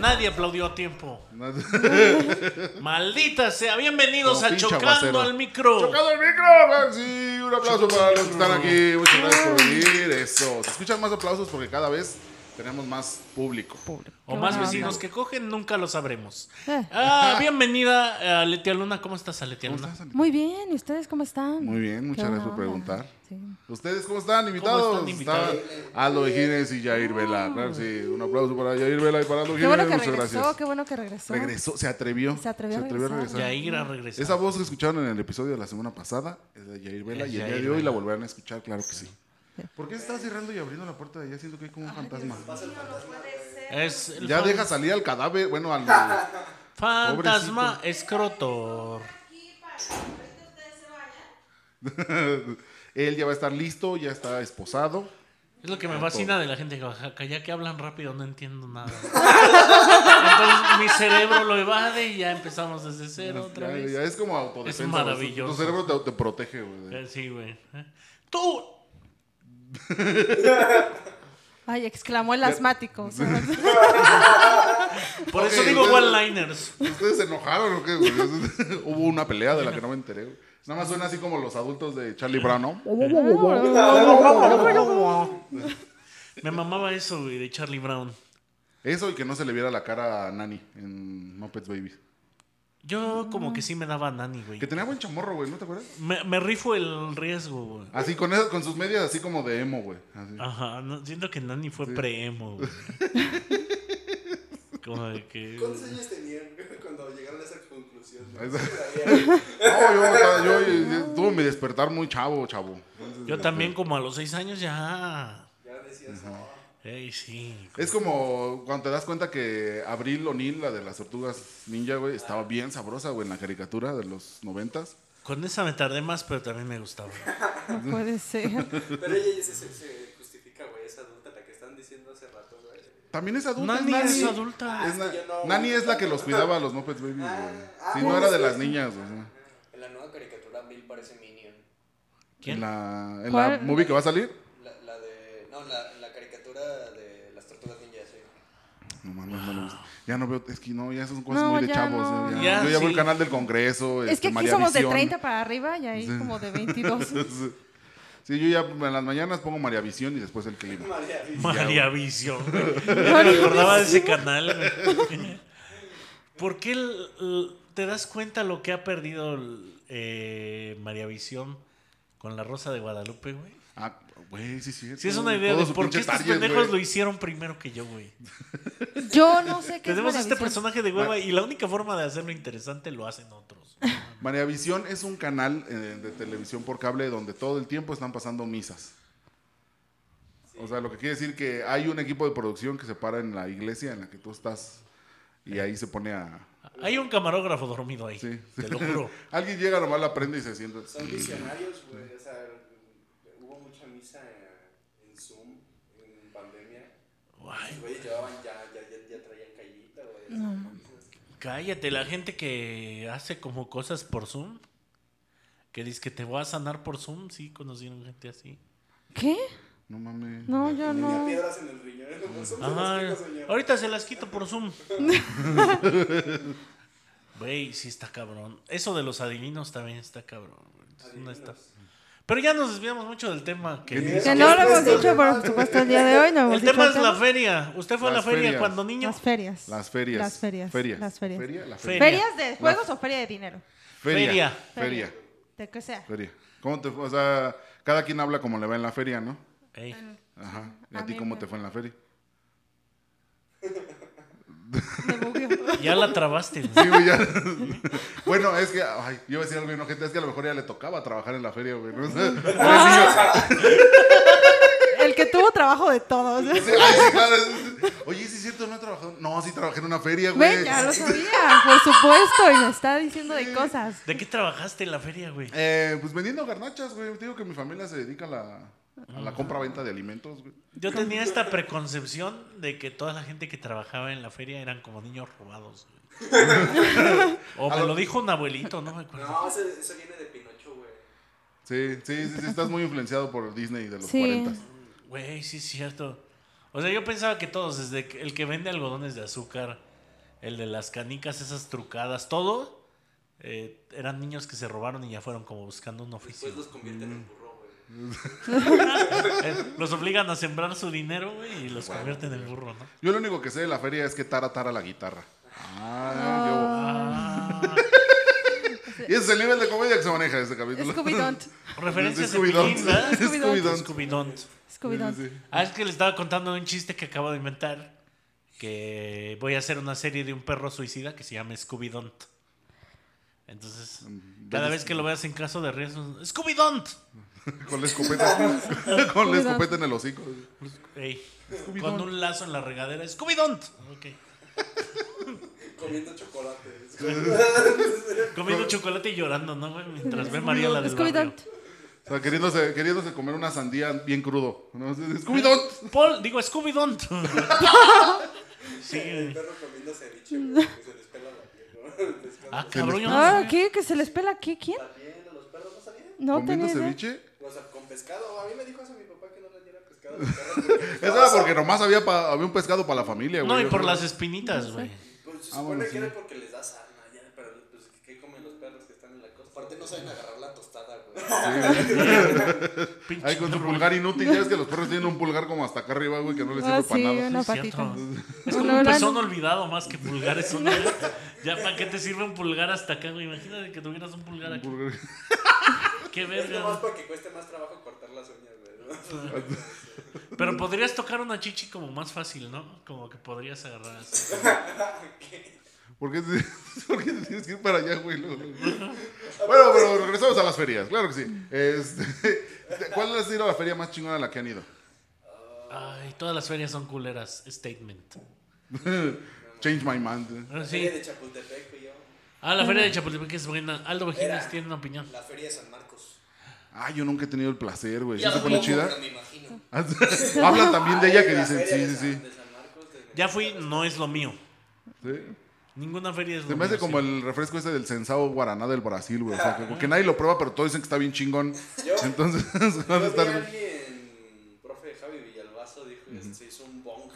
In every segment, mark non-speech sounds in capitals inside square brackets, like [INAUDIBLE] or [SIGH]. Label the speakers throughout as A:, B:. A: Nadie aplaudió a tiempo.
B: No-
A: Maldita sea, bienvenidos
B: Como
A: a
B: pinche
A: Chocando
B: aguacero.
A: al
B: [LAUGHS]
A: Micro.
B: ¡Chocando el micro! pues, Sí, un aplauso para los que están aquí. Muchas gracias por venir. Eso. Se escuchan más aplausos porque cada vez tenemos más público.
A: O más vecinos que cogen, nunca lo sabremos.
B: [LAUGHS]
A: Ah, bienvenida, Aletia Luna. ¿Cómo estás, Aletia
B: ¿Cómo
A: Luna?
B: estás, Anita?
C: Muy bien, ¿y ustedes cómo están?
B: Muy bien, muchas
C: Qué
B: gracias por
C: buena
B: preguntar.
C: Sí.
B: ¿Ustedes cómo están? ¿Invitados?
A: están invitados?
B: Está Aldo Gines y Jair Vela. Claro que sí. Un aplauso para Jair Vela y para Aldo
C: Ah. Qué
B: Gines.
C: bueno que
B: Muchas
C: regresó,
B: gracias.
C: qué bueno que regresó.
B: Regresó, se atrevió.
C: Se atrevió a regresar.
A: Ya ir a regresar.
B: Esa voz que escucharon en el episodio de la semana pasada es de Jair Vela
A: Es
B: y el día
A: Yair
B: de hoy
A: Vela.
B: la volverán a escuchar, claro que sí. ¿Por qué está cerrando y abriendo la puerta de allá? Siento que hay como un fantasma.
A: Es el
B: Ya
A: fan-
B: deja salir al cadáver, bueno,
C: [LAUGHS]
B: al...
A: fantasma escrotor.
B: Él ya va a estar listo, ya está esposado.
A: Es lo que me
B: Todo.
A: fascina de la gente de Oaxaca. Ya que hablan rápido, no entiendo nada. [LAUGHS] Entonces mi cerebro lo evade y ya empezamos desde cero otra
B: ya,
A: vez.
B: ya es como autodefensa. güey.
A: maravilloso.
B: Tu cerebro te, te protege, güey.
A: Eh, Sí, güey. ¿Eh? Tú.
C: Ay, exclamó el
B: [LAUGHS]
C: asmático. ¿sabes?
A: Por
B: Ok,
A: eso digo
B: entonces-
A: one-liners.
B: ¿Ustedes se enojaron o qué?
A: [LAUGHS]
B: güey? [LAUGHS] Hubo una pelea de la que no me enteré. güey. Nada más suena así como los adultos de Charlie Brown, ¿no?
A: Me mamaba eso, güey, de Charlie Brown.
B: Eso y que no se le viera la cara a Nani en Muppets Babies.
A: Yo como que sí me daba nani, güey.
B: Que tenía buen chamorro, güey, ¿no te acuerdas?
A: Me, me rifo el riesgo, güey.
B: Así, con, esas- con sus medias así como de emo, güey. [LAUGHS] Así.
A: Ajá, no, siento que Nani fue preemo, güey. Como de que.
D: ¿Cuántos años tenían [LAUGHS] cuando llegaron a esa conclusión?
B: Ahí está. No, yo, estaba- yo, yo tuve mi despertar muy chavo, chavo.
A: Yo también, como a los seis años, ya.
D: Ya decías, no.
A: Ey, sí.
B: Es como cuando te das cuenta que Abril O'Neill, la de las tortugas ninja, güey, estaba bien sabrosa, güey, en la caricatura de los noventas.
A: Con esa me tardé más, pero también me gustaba.
C: No puede
B: [LAUGHS]
C: ser.
B: Pues,
D: Pero ella ya se, se- se justifica, güey, esa adulta, la que están diciendo hace rato, güey.
B: También es adulta.
A: Nani es adulta.
B: Es na-
D: Ah, yo no- Ah,
B: Nani es la que los cuidaba a los Muppets Babies, güey. Sí, no era de las niñas, güey. sí.
E: En la nueva caricatura Bill parece Minion.
A: ¿Quién?
B: En la, en la
C: ¿Cuál?
B: movie que va a salir.
E: La, la de. No, la, la caricatura de las tortugas ninjas, sí.
B: No mames, no lo gusta. Ya no veo, es que no, ya son cosas
C: No,
B: muy de
C: ya
B: chavos.
C: no.
B: güey,
A: Ya,
B: Yo ya veo
A: sí.
B: el canal del Congreso.
C: Es que
B: este,
C: aquí
B: María
C: somos de
B: Visión.
C: 30 para arriba y ahí como de 22.
B: [LAUGHS] Sí, yo ya en las mañanas pongo María Visión y después el clima.
D: María,
A: María [LAUGHS] Visión, güey. Me recordaba de ese canal, güey. [LAUGHS] ¿Por qué el- el- te das cuenta lo que ha perdido el, eh, María Visión con la Rosa de Guadalupe, güey?
B: Ah, güey, sí, sí.
A: Si es una idea de por qué estos pendejos lo hicieron primero que yo, güey.
C: Yo no sé qué es
A: Tenemos este
C: Maravisión.
A: personaje de hueva y la única forma de hacerlo interesante lo hacen otros.
B: María Visión es un canal eh, de televisión por cable donde todo el tiempo están pasando misas. O sea, lo que quiere decir que hay un equipo de producción que se para en la iglesia en la que tú estás y ahí se pone a...
A: Hay un camarógrafo dormido ahí,
B: Sí.
A: te lo [LAUGHS] juro.
B: Alguien llega nomás, la prende y se sienta.
D: Son visionarios, güey. O sea, hubo mucha misa en, en Zoom, en pandemia.
A: Guay,
D: Los güeyes llevaban ya, ya, ya, ya traían callita, güey.
A: cállate, la gente que hace como cosas por Zoom, que dice que te voy a sanar por Zoom, sí conocieron gente así.
C: ¿Qué?
B: No mames.
C: No, yo
D: Tenía
C: no.
D: piedras en el riñón, [LAUGHS] como son
A: Ajá,
D: los chicos, señor.
A: ahorita se las quito por
B: [LAUGHS]
A: Zoom. Güey, sí está cabrón. Eso de los adivinos también está cabrón. güey. Es una esta- Pero ya nos desviamos mucho del tema. Que
B: Que
C: Que no lo hemos dicho, por supuesto, el día de hoy. No hemos
A: El
C: dicho
A: tema es la feria. Usted fue a la
B: Las
A: feria
B: ferias.
A: cuando niño.
C: Las ferias.
B: Las ferias.
C: Las ferias.
B: Ferias.
C: Las ferias.
B: Feria, la
A: Feria.
B: feria.
C: ¿Ferias de juegos o feria de dinero?
B: Feria.
A: Feria.
B: Feria.
C: De que sea.
B: Feria. ¿Cómo te fue? O sea, cada quien habla como le va en la feria, ¿no?
A: Ey,
B: Ajá. ¿Y
C: A
B: a ti
C: mí
B: cómo
C: me-
B: te fue en la feria?
C: Me bugueó.
A: ya la trabaste. güey.
B: Sí, güey, ya. [LAUGHS] bueno, es que, ay, yo iba a decir algo bien ojete, es que a lo mejor ya le tocaba trabajar en la feria, güey. ¿no? O
C: [LAUGHS]
B: sea,
C: El que tuvo trabajo de todos.
B: sí, ay, sí, claro, es- Oye, ¿sí es cierto, no he trabajado. No, sí trabajé en una feria, güey.
C: Güey, ya lo sabía, por supuesto, y me está diciendo de cosas.
A: ¿De qué trabajaste en la feria, güey?
B: Eh, pues vendiendo garnachas, güey. Te digo que mi familia se dedica a la, a la compra-venta de alimentos, güey.
A: Yo tenía esta preconcepción de que toda la gente que trabajaba en la feria eran como niños robados. güey. [LAUGHS] o me lo dijo un abuelito, no me acuerdo.
E: No, eso, eso viene de Pinocho, güey.
B: Sí, sí, sí, sí, estás muy influenciado por Disney de los
C: Sí.
B: 40.
A: Güey, sí es cierto. O sea, yo pensaba que todos, desde que- el que vende algodones de azúcar, el de las canicas, esas trucadas, todo, eh, eran niños que se robaron y ya fueron como buscando un oficio.
E: Después los convierten en burro, güey.
A: [LAUGHS] Eh, los obligan a sembrar su dinero, güey, y los convierten en burro, ¿no?
B: Yo lo único que sé de la feria es que Tara Tara la guitarra. Ah,
A: Ah,
B: yo- Y ese es el nivel de comedia que se maneja este capítulo.
C: Scooby-Don't.
A: referencias de
B: Scooby-Doo.
A: Piquín,
B: [LAUGHS]
A: ¿verdad?
B: Scooby-Doo.
A: Scooby-Doo.
C: Scooby-Don't.
B: Sí, sí, sí.
A: Ah, es que le estaba contando un chiste que acabo de inventar. Que voy a hacer una serie de un perro suicida que se llama Scooby Don't. Entonces,
B: Mm,
A: cada vez que lo veas en caso de riesgo, Scooby Don't.
B: Con la
C: [LAUGHS]
B: escopeta. con la escopeta en el hocico.
A: Ey, con un lazo en la regadera, Scooby Don't. Ok.
E: Comiendo chocolate.
A: Comiendo chocolate y llorando, ¿no, güey? Mientras ve María la del barrio.
C: Scooby-Don't.
B: O sea, queriéndose, queriéndose comer una sandía bien crudo. ¿no? Scooby-Doo.
A: Paul, digo Scooby Don't. [LAUGHS] Sí,
E: El
A: güey.
E: perro comiendo ceviche, güey. que Se les pela la piel, ¿no? Les pela
A: Ah, cabrón, yo no
C: Ah,
A: sabía.
C: ¿qué? ¿Que se les pela qué? ¿Quién?
E: la piel a los perros, ¿no sabían?
C: No
B: comiendo
C: tenía idea.
B: ceviche.
E: O sea, con pescado. A mí me dijo eso mi papá que no le diera pescado a los
B: [LAUGHS]
E: perros. porque-
B: Eso era porque nomás había, pa- había un pescado para la familia, güey.
A: No, y
B: Yo
A: por
B: creo-
A: las espinitas, güey.
E: Pues se
B: Ah,
E: supone
B: bueno,
E: que
B: sí.
E: era porque les da sana, ya, pero pues, ¿qué comen los perros que están en la costa? Aparte no saben agarrar la tostada, [LAUGHS] güey.
A: Pinche
B: Ay, con su
A: perro.
B: pulgar inútil. Ya es que los perros tienen un pulgar como hasta acá arriba, güey, que no les sirve
C: Ah,
B: para
C: sí,
B: nada. [LAUGHS]
C: una
A: Sí, es cierto.
C: patita.
A: Es como un
C: No, la-
B: Pues
A: pezón olvidado más que pulgar.
C: [LAUGHS]
A: Es una... Ya, ¿para qué te sirve un pulgar hasta acá, güey? Imagínate que tuvieras un pulgar
B: Un
A: aquí.
B: pulgar-
A: Qué
E: Es
A: verga.
E: nomás
A: güey.
E: para que cueste más trabajo cortar las uñas, [LAUGHS] güey.
A: Pero podrías tocar una chichi como más fácil, ¿no? Como que podrías agarrar así.
B: ¿Por qué, te- [LAUGHS] por qué te tienes que ir para allá, güey? Luego, luego. Bueno, pero regresamos a las ferias, claro que sí. Este, [LAUGHS] ¿Cuál ha sido la feria más chingona a la que han ido? [LAUGHS]
A: Ay, todas las ferias son culeras. Statement.
B: Change my mind.
A: Ah,
E: La feria
A: sí.
E: de Chapultepec fui yo.
A: Ah, la feria de Chapultepec es buena. Aldo Vejines
E: Era.
A: tiene una opinión.
E: La feria de San Marcos.
B: Ah, yo nunca he tenido el placer, güey. ¿Sí
E: Ya
B: se pone
E: poco,
B: chida?
E: pero Me imagino.
B: [LAUGHS] Hablan también de ella que
E: La
B: dicen,
E: feria
B: sí,
E: de
B: sí,
E: San-
B: sí.
E: de San Marcos, de-
A: Ya fui, no es lo mío.
B: Sí.
A: Ninguna feria es lo
B: Se
A: mío.
B: me hace como
A: sí.
B: el refresco ese del sensado guaraná del Brasil, güey. O sea, que, que nadie lo prueba, pero todos dicen que está bien chingón.
E: Yo-
B: Entonces, [LAUGHS]
E: Yo
B: van a
E: vi
B: estar
E: a alguien, profe Javi Villalbazo, dijo que se hizo un bong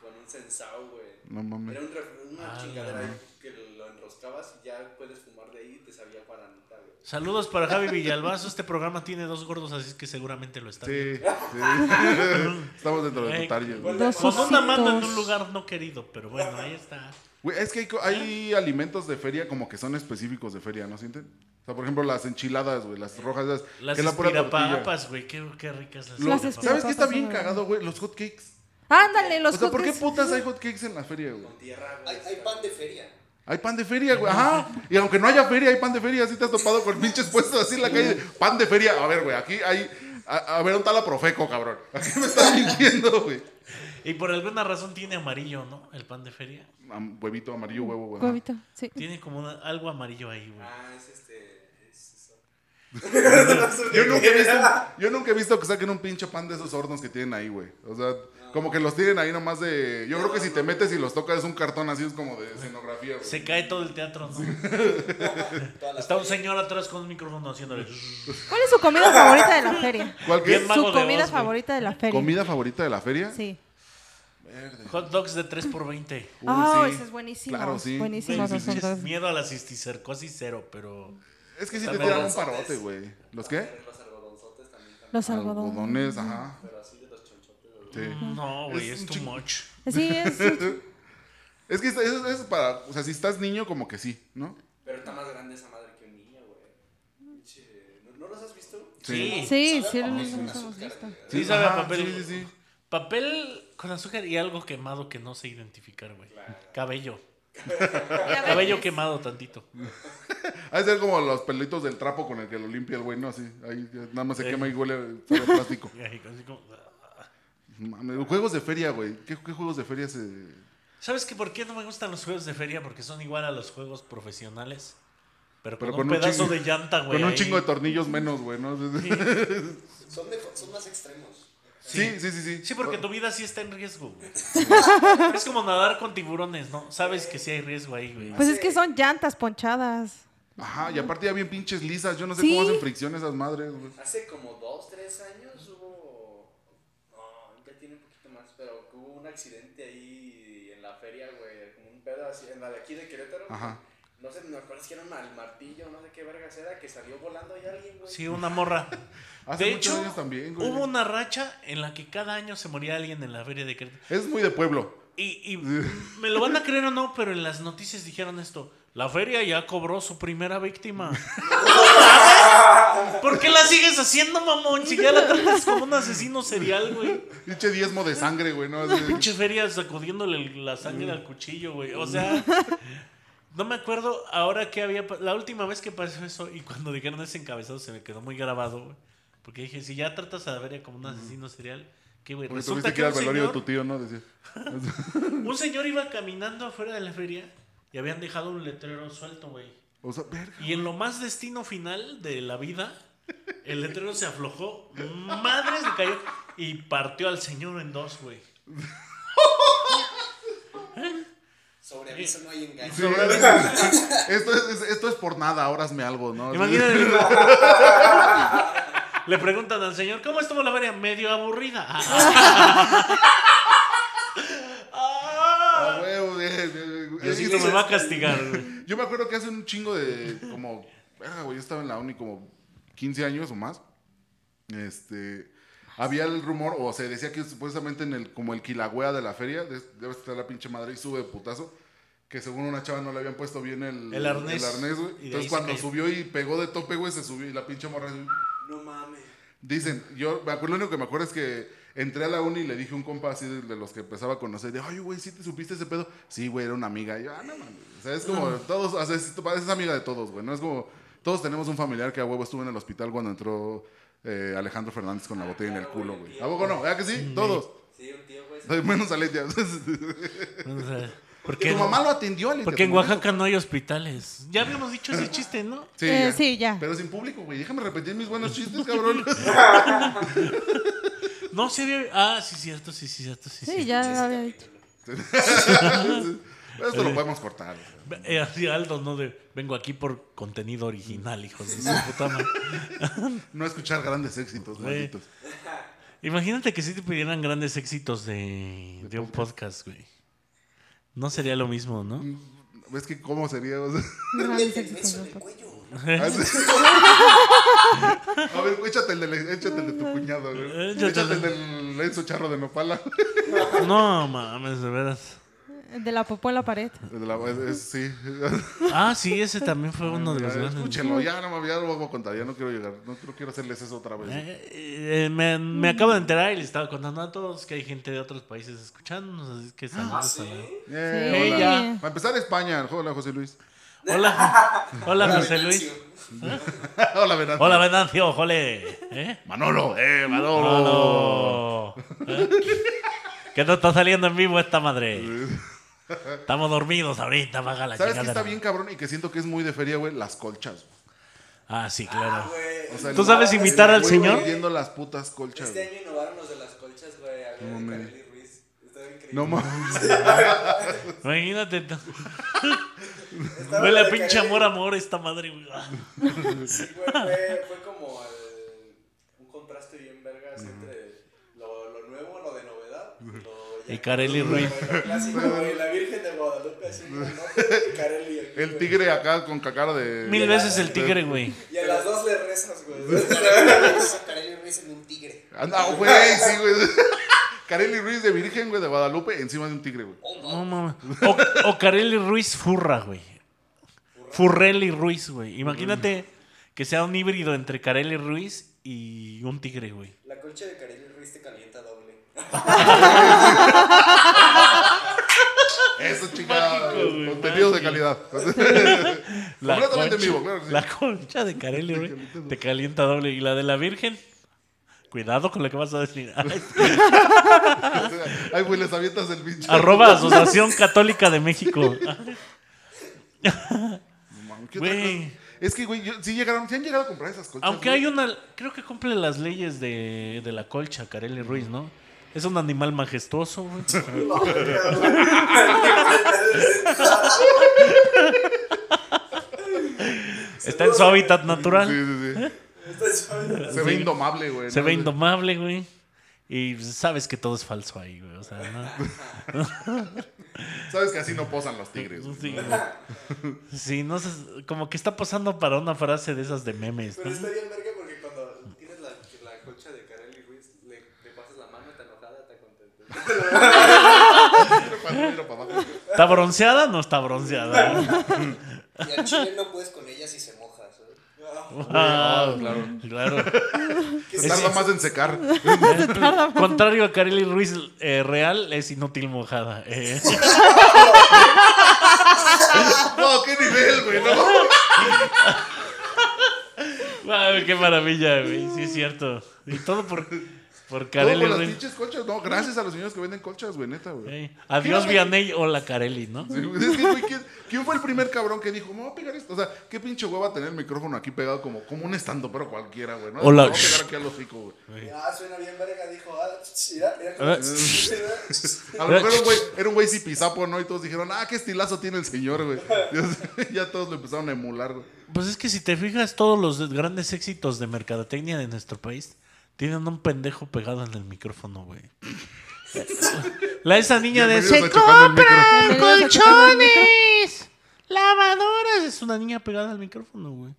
E: con un sensao, güey.
B: No mames.
E: Era un ref- una
A: Ah,
E: chingadera
A: no.
E: ahí que lo enroscabas y ya puedes fumar de ahí y te sabía guaranita, güey.
A: Saludos para Javi Villalbazo. Este programa tiene dos gordos, así es que seguramente lo está.
B: Sí, sí. [LAUGHS] Estamos dentro de tu target, güey.
C: Dos
A: Con una mano en un
C: ositos.
A: lugar no querido, pero bueno, ahí está.
B: Güey, es que hay, co- hay alimentos de feria como que son específicos de feria, ¿no sienten? O sea, por ejemplo, las enchiladas, güey, las rojas, esas,
A: Las
B: que es la pura tortilla.
A: espirapapas, güey, qué, qué ricas las,
B: Lo-
C: Las
A: espirapapas.
B: ¿Sabes qué está
C: espirapapas
B: bien
C: son muy
B: cagado, güey? Los hotcakes.
C: Ándale, los
B: O sea, ¿por qué
C: cookies.
B: putas hay hotcakes en la feria, güey?
E: Con tierra, güey.
F: Hay, hay pan de feria.
B: Hay pan de feria, güey. Ajá. Y aunque no haya feria, hay pan de feria. Así te has topado con pinches puestos así en la calle. Pan de feria. A ver, güey, aquí hay. A, a ver, ¿dónde está la profeco, cabrón? ¿A qué me estás mintiendo, güey?
A: Y por alguna razón tiene amarillo, ¿no? El pan de feria.
B: Am- Huevito amarillo, huevo, güey.
C: Huevito, sí.
A: Tiene como una- algo amarillo ahí, güey.
E: Ah, es este. Es eso.
B: Yo nunca, he visto, yo nunca he visto que saquen un pinche pan de esos hornos que tienen ahí, güey. O sea, como que los tienen ahí nomás de. Yo creo que si te metes y los tocas es un cartón así, es como de escenografía, güey.
A: Se cae todo el teatro, ¿no?
F: Toda la
A: Está un señor atrás con un micrófono haciéndole.
C: ¿Cuál es su comida favorita de la feria?
B: ¿Cuál que
A: Bien
B: es?
A: mago
C: Su
A: de
C: comida
A: Oz, güey.
C: favorita de la feria.
B: ¿Comida favorita de la feria?
C: Sí.
A: Hot dogs de 3 por 20
B: Uy,
C: Ah,
B: sí.
C: ese es buenísimo.
B: Claro, sí.
C: Buenísimo.
B: Sí, sí, sí.
A: Miedo a la cisticercosis cero, pero...
B: Es que sí te
A: También
B: tiran un
A: los
B: parote, güey. ¿Los qué?
E: Los algodonzotes también, también.
C: Los algodones.
B: Algodones, ajá.
E: Pero así de los chonchotes. güey.
B: Sí.
A: No, güey,
B: Es
A: es,
B: un
A: too
B: chingo.
A: much.
C: Sí, es.
B: Es que eso eso es para. O sea, si estás niño, como que sí, ¿no?
E: Pero está más grande esa madre que un niño, güey. Che, ¿No, no los has visto?
A: Sí. Sí,
C: Sí, sí,
F: Sabe a
C: lo
F: papel con
C: hemos
F: azúcar,
C: visto.
F: güey.
A: sabe a
B: Ajá,
A: papel.
B: Sí, sí, sí.
A: Papel con azúcar y algo quemado que no sé identificar, güey. Cabello.
C: Cabello
A: Cabello quemado tantito.
B: Ha de ser como los pelitos del trapo con el que lo limpia el güey, ¿no? Así. Ahí ya nada más se
A: Eh.
B: quema y huele sabe a plástico.
A: Y ahí, así como-
B: [LAUGHS] Mames, Juegos de feria, güey. ¿Qué, qué juegos de feria se...?
A: ¿Sabes que por qué no me gustan los juegos de feria? Porque son igual a los juegos profesionales. Pero con,
B: Pero
A: un,
B: con un
A: pedazo
B: chingo-
A: de llanta, güey.
B: Con un
A: ahí.
B: chingo de tornillos menos, güey, ¿no?
F: Son, de- son más extremos.
B: [LAUGHS] Sí, sí, sí. Sí,
A: Sí, porque tu vida sí está en riesgo, güey. es como nadar con tiburones, ¿no? Sabes que sí hay riesgo ahí, güey.
C: Pues es que son llantas ponchadas.
B: Ajá, y aparte ya bien pinches lisas. Yo no sé
C: Sí.
B: cómo hacen fricción esas madres, güey.
E: Hace como dos, tres años hubo. No, ya tiene un poquito más, pero hubo un accidente ahí en la feria, güey. Como un pedo así, en la de aquí de Querétaro.
B: Ajá.
E: No sé, me acuerdo si era un al martillo, no sé qué vergas era, que salió volando ahí alguien, güey.
A: Sí, una morra.
B: [LAUGHS] Hace
A: de
B: muchos
A: hecho,
B: años también, güey.
A: hubo una racha en la que cada año se moría alguien en la feria de Querétaro.
B: Es muy de pueblo.
A: Y, y me lo van a creer o no, pero en las noticias dijeron esto. La feria ya cobró su primera víctima. ¿Por qué la sigues haciendo, mamón? Si ya la tratas como un asesino serial, güey.
B: Pinche diezmo de sangre, güey, ¿no? Así-
A: Pinche feria sacudiéndole el- la sangre al cuchillo, güey. O sea, no me acuerdo ahora que había. pa- La última vez que pasó eso y cuando dijeron ese encabezado se me quedó muy grabado, güey. Porque dije, si ya tratas a la feria como un asesino serial, ¿qué, güey?
B: Porque
A: Resulta
B: tuviste
A: que,
B: que ir al
A: un señor-
B: velorio de tu tío, ¿no? Decía.
A: un señor iba caminando afuera de la feria y habían dejado un letrero suelto, güey.
B: O sea, verga.
A: Y en lo más destino final de la vida, el letrero se aflojó, madres le cayó y partió al señor en dos, güey.
F: Sobre aviso no hay engaño.
B: Esto es, es- esto es por nada, ahora hazme algo, ¿no? Así-
A: Imagínate. Le preguntan al señor, ¿cómo estuvo la feria? Medio aburrida.
B: Ah, güey, güey, güey, güey.
A: Diosito
B: Es-
A: me va a castigar, güey.
B: Yo me acuerdo que hace un chingo de como, verga, güey, yo estaba en la uni como 15 años o más. Este, había el rumor o se decía que supuestamente en el como el Quilagüea de la feria, de- debe estar la pinche madre y sube de putazo. Que según una chava no le habían puesto bien el,
A: El arnés.
B: güey.
A: Y de ahí
B: Entonces
A: se
B: cuando
A: cayó.
B: subió y pegó de tope, güey, se subió y la pinche morra. así-
E: No mames.
B: Dicen, yo me acuerdo, lo único que me acuerdo es que entré a la uni y le dije a un compa así de, de los que empezaba a conocer, de, ay, güey, ¿sí te supiste ese pedo? Sí, güey, era una amiga. Y yo, ah, no mames. O sea, es como, todos, o sea, es, es amiga de todos, güey, ¿no? Es como, todos tenemos un familiar que a huevo estuvo en el hospital cuando entró eh, Alejandro Fernández con la botella en el culo, güey. ¿A poco no? ¿Verdad que sí? Todos.
E: Sí, un tío, güey.
B: Menos Aletia.
A: O
B: [LAUGHS]
A: sea, ¿Por qué,
B: Tu mamá lo atendió, Aletia.
A: porque en
B: tu mamá-
A: Oaxaca no hay hospitales. Ya habíamos dicho ese chiste, ¿no?
B: Sí,
C: Eh,
B: ya.
C: sí, ya.
B: Pero sin público, güey. Déjame repetir mis buenos chistes,
A: [LAUGHS]
B: cabrón.
A: No, sí había... Ah, sí, cierto, sí, sí, cierto, sí,
C: Sí,
A: cierto.
C: ya lo había dicho.
B: Esto lo podemos cortar. güey.
A: Eh, así Aldo, ¿no? De, vengo aquí por contenido original, hijos de su puta madre.
B: No escuchar grandes éxitos,
A: Güey.
B: malditos.
A: Imagínate que si te pidieran grandes éxitos de, de un podcast, güey. No sería lo mismo, ¿no?
B: ¿Ves que cómo sería? [LAUGHS]
A: [LAUGHS]
B: O sea,
C: Grandes éxitos.
F: El beso en el cuello.
B: a ver, échate el, de, échate el de tu cuñado, güey.
A: Eh, Échate el
B: Échate el
A: de-
B: del Lenzo Charro de Nopala. [LAUGHS]
A: No mames, de veras.
C: De la popó en la pared.
B: El de la- es- es- sí. Eh,
A: Ah, sí, ese también fue uno de los grandes.
B: Escúchenlo, ya no me ya lo voy a contar, ya no quiero llegar, no quiero, quiero hacerles eso otra vez.
A: Eh, eh, me, me acabo de enterar y le estaba contando a todos que hay gente de otros países escuchándonos, así que saludos
E: Ah,
A: a-
B: Eh,
C: Ah, Sí.
B: hola.
A: ya.
B: Para empezar España, hola José Luis. [LAUGHS]
A: Hola, hola José Luis.
F: Venancio.
B: hola Venancio.
A: Hola Venancio, jole. ¿Eh?
B: Manolo, eh, Manolo.
A: Hola. ¿Eh? Que no está saliendo en vivo esta madre. Estamos dormidos ahorita, baja la
B: ¿Sabes qué
A: chingada.
B: está bien cabrón y que siento que es muy de feria, güey? Las colchas. güey.
A: Ah, sí, claro.
B: O sea,
A: ¿Tú
B: el-
A: sabes imitar
B: el
A: al
B: güey
A: señor?
B: vendiendo las putas colchas.
E: Este
B: güey.
E: año innovaron los de las colchas, güey. Había
B: No
E: de
B: mames.
E: Kareli Ruiz. Estaba increíble.
B: No mames. pues.
A: Imagínate. t-
E: Estaba
A: Huele
E: la
A: a
E: de
A: pinche
E: Kareli
A: amor, amor esta madre, güey. Ah,
E: Sí, güey, fue, fue como el- un contraste bien vergas entre lo, lo nuevo, lo de novedad. Lo,
A: Y Kareli
E: lo-
A: Ruiz.
E: Lo, clásico, güey, la Virgen de Guadalupe así, ¿no? Pues, Y Kareli aquí,
B: El
E: güey.
B: tigre acá con cacara de.
A: Mil veces el tigre, güey.
E: Y a las dos le rezas, güey.
B: [LAUGHS]
F: Beso a Carelli Ruiz en un tigre.
B: Anda,
A: [LAUGHS]
B: güey, sí, güey. [LAUGHS] Carely Ruiz de Virgen, güey, de Guadalupe, encima de un tigre, güey.
F: Oh,
A: No
F: no.
A: mames. O, o Kareli Ruiz Furra, güey. Furrelli Ruiz, güey. Imagínate que sea un híbrido entre Kareli Ruiz y un tigre, güey.
F: La colcha de Carelli Ruiz te
E: [LAUGHS]
F: calienta doble.
B: Eso, chingada.
A: Mágico, güey,
B: Contenidos de
A: mágico.
B: calidad. Completamente en vivo, claro que sí. [LAUGHS]
A: La concha de Carelli, güey. Te calienta doble. ¿Y la de la Virgen? Cuidado con lo que vas a
B: [LAUGHS]
A: decir. Ay,
B: O sea, Ay, güey, les avientas el pinche.
A: [LAUGHS] Arroba Asociación Católica de
B: [LAUGHS]
A: México.
B: No mames, ¿qué otra
A: Güey.
B: cosa? Es que, güey, yo- sí llegaron, sí han llegado a comprar esas colchas.
A: Aunque
B: güey.
A: hay una. Creo que cumple las leyes de, de la colcha, Carelli Ruiz, ¿no? Es un animal majestuoso,
B: [LAUGHS]
A: güey. Está en su hábitat natural. ¿Eh?
B: Sí, sí, sí. Se ve
A: Sí.
B: indomable, güey.
A: Se
B: ¿no?
A: ve indomable, güey. Y sabes que todo es falso ahí, güey. O sea, ¿no?
B: Sabes que así no posan los tigres. güey.
A: Sí, güey. [LAUGHS] Sí, no sé. Como que está pasando para una frase de esas de memes,
E: Pero
A: ¿no?
E: está bien verga porque cuando tienes la, la colcha de Kareli Ruiz, le, le pasas la mano, te enojada, te contenta.
B: Mira para arriba, mira para abajo, güey.
A: ¿Está bronceada o no está bronceada? güey?
B: [LAUGHS]
F: Y al chile no puedes con ella si se moja, ¿sabes?
A: Ah,
B: Ah, claro.
A: claro.
B: Se tarda más en secar. [LAUGHS]
A: Contrario a Kareli Ruiz eh, real, es inútil mojada.
B: [LAUGHS]
A: Eh,
B: No, qué nivel, güey, no.
A: ay, Ah, qué maravilla, güey. Sí, es cierto. Y todo por, por
B: Todo
A: Kareli
B: por las
A: Ruiz.
B: pinches colchas. No, gracias a los señores que venden colchas, güey, neta, güey.
A: Eh, Adiós, Vianey. Hola, Kareli, ¿no?
B: [LAUGHS] Sí, güey, es que, güey, ¿quién, quién fue el primer cabrón que dijo, me voy a pegar esto? O sea, qué pinche hueva tener el micrófono aquí pegado como, como un estando, pero cualquiera, güey. ¿no?
A: Hola.
B: Me voy a pegar aquí al hocico, güey.
F: Ah, suena bien verga, dijo. Ah, mira, mira.
A: Ah,
B: A lo mejor era un güey- era un güey zipizapo, ¿no? Y todos dijeron, ah, qué estilazo tiene el señor, güey. Ya- [LAUGHS] Ya todos lo empezaron a emular, güey.
A: Pues es que si te fijas, todos los grandes éxitos de mercadotecnia de nuestro país tienen un pendejo pegado en el micrófono, güey. La esa niña de
B: Bienvenidos
A: ese.
B: a Chocando el Micro.
A: ¡Colchones! ¡Lavadoras! Es una niña pegada al micrófono, güey.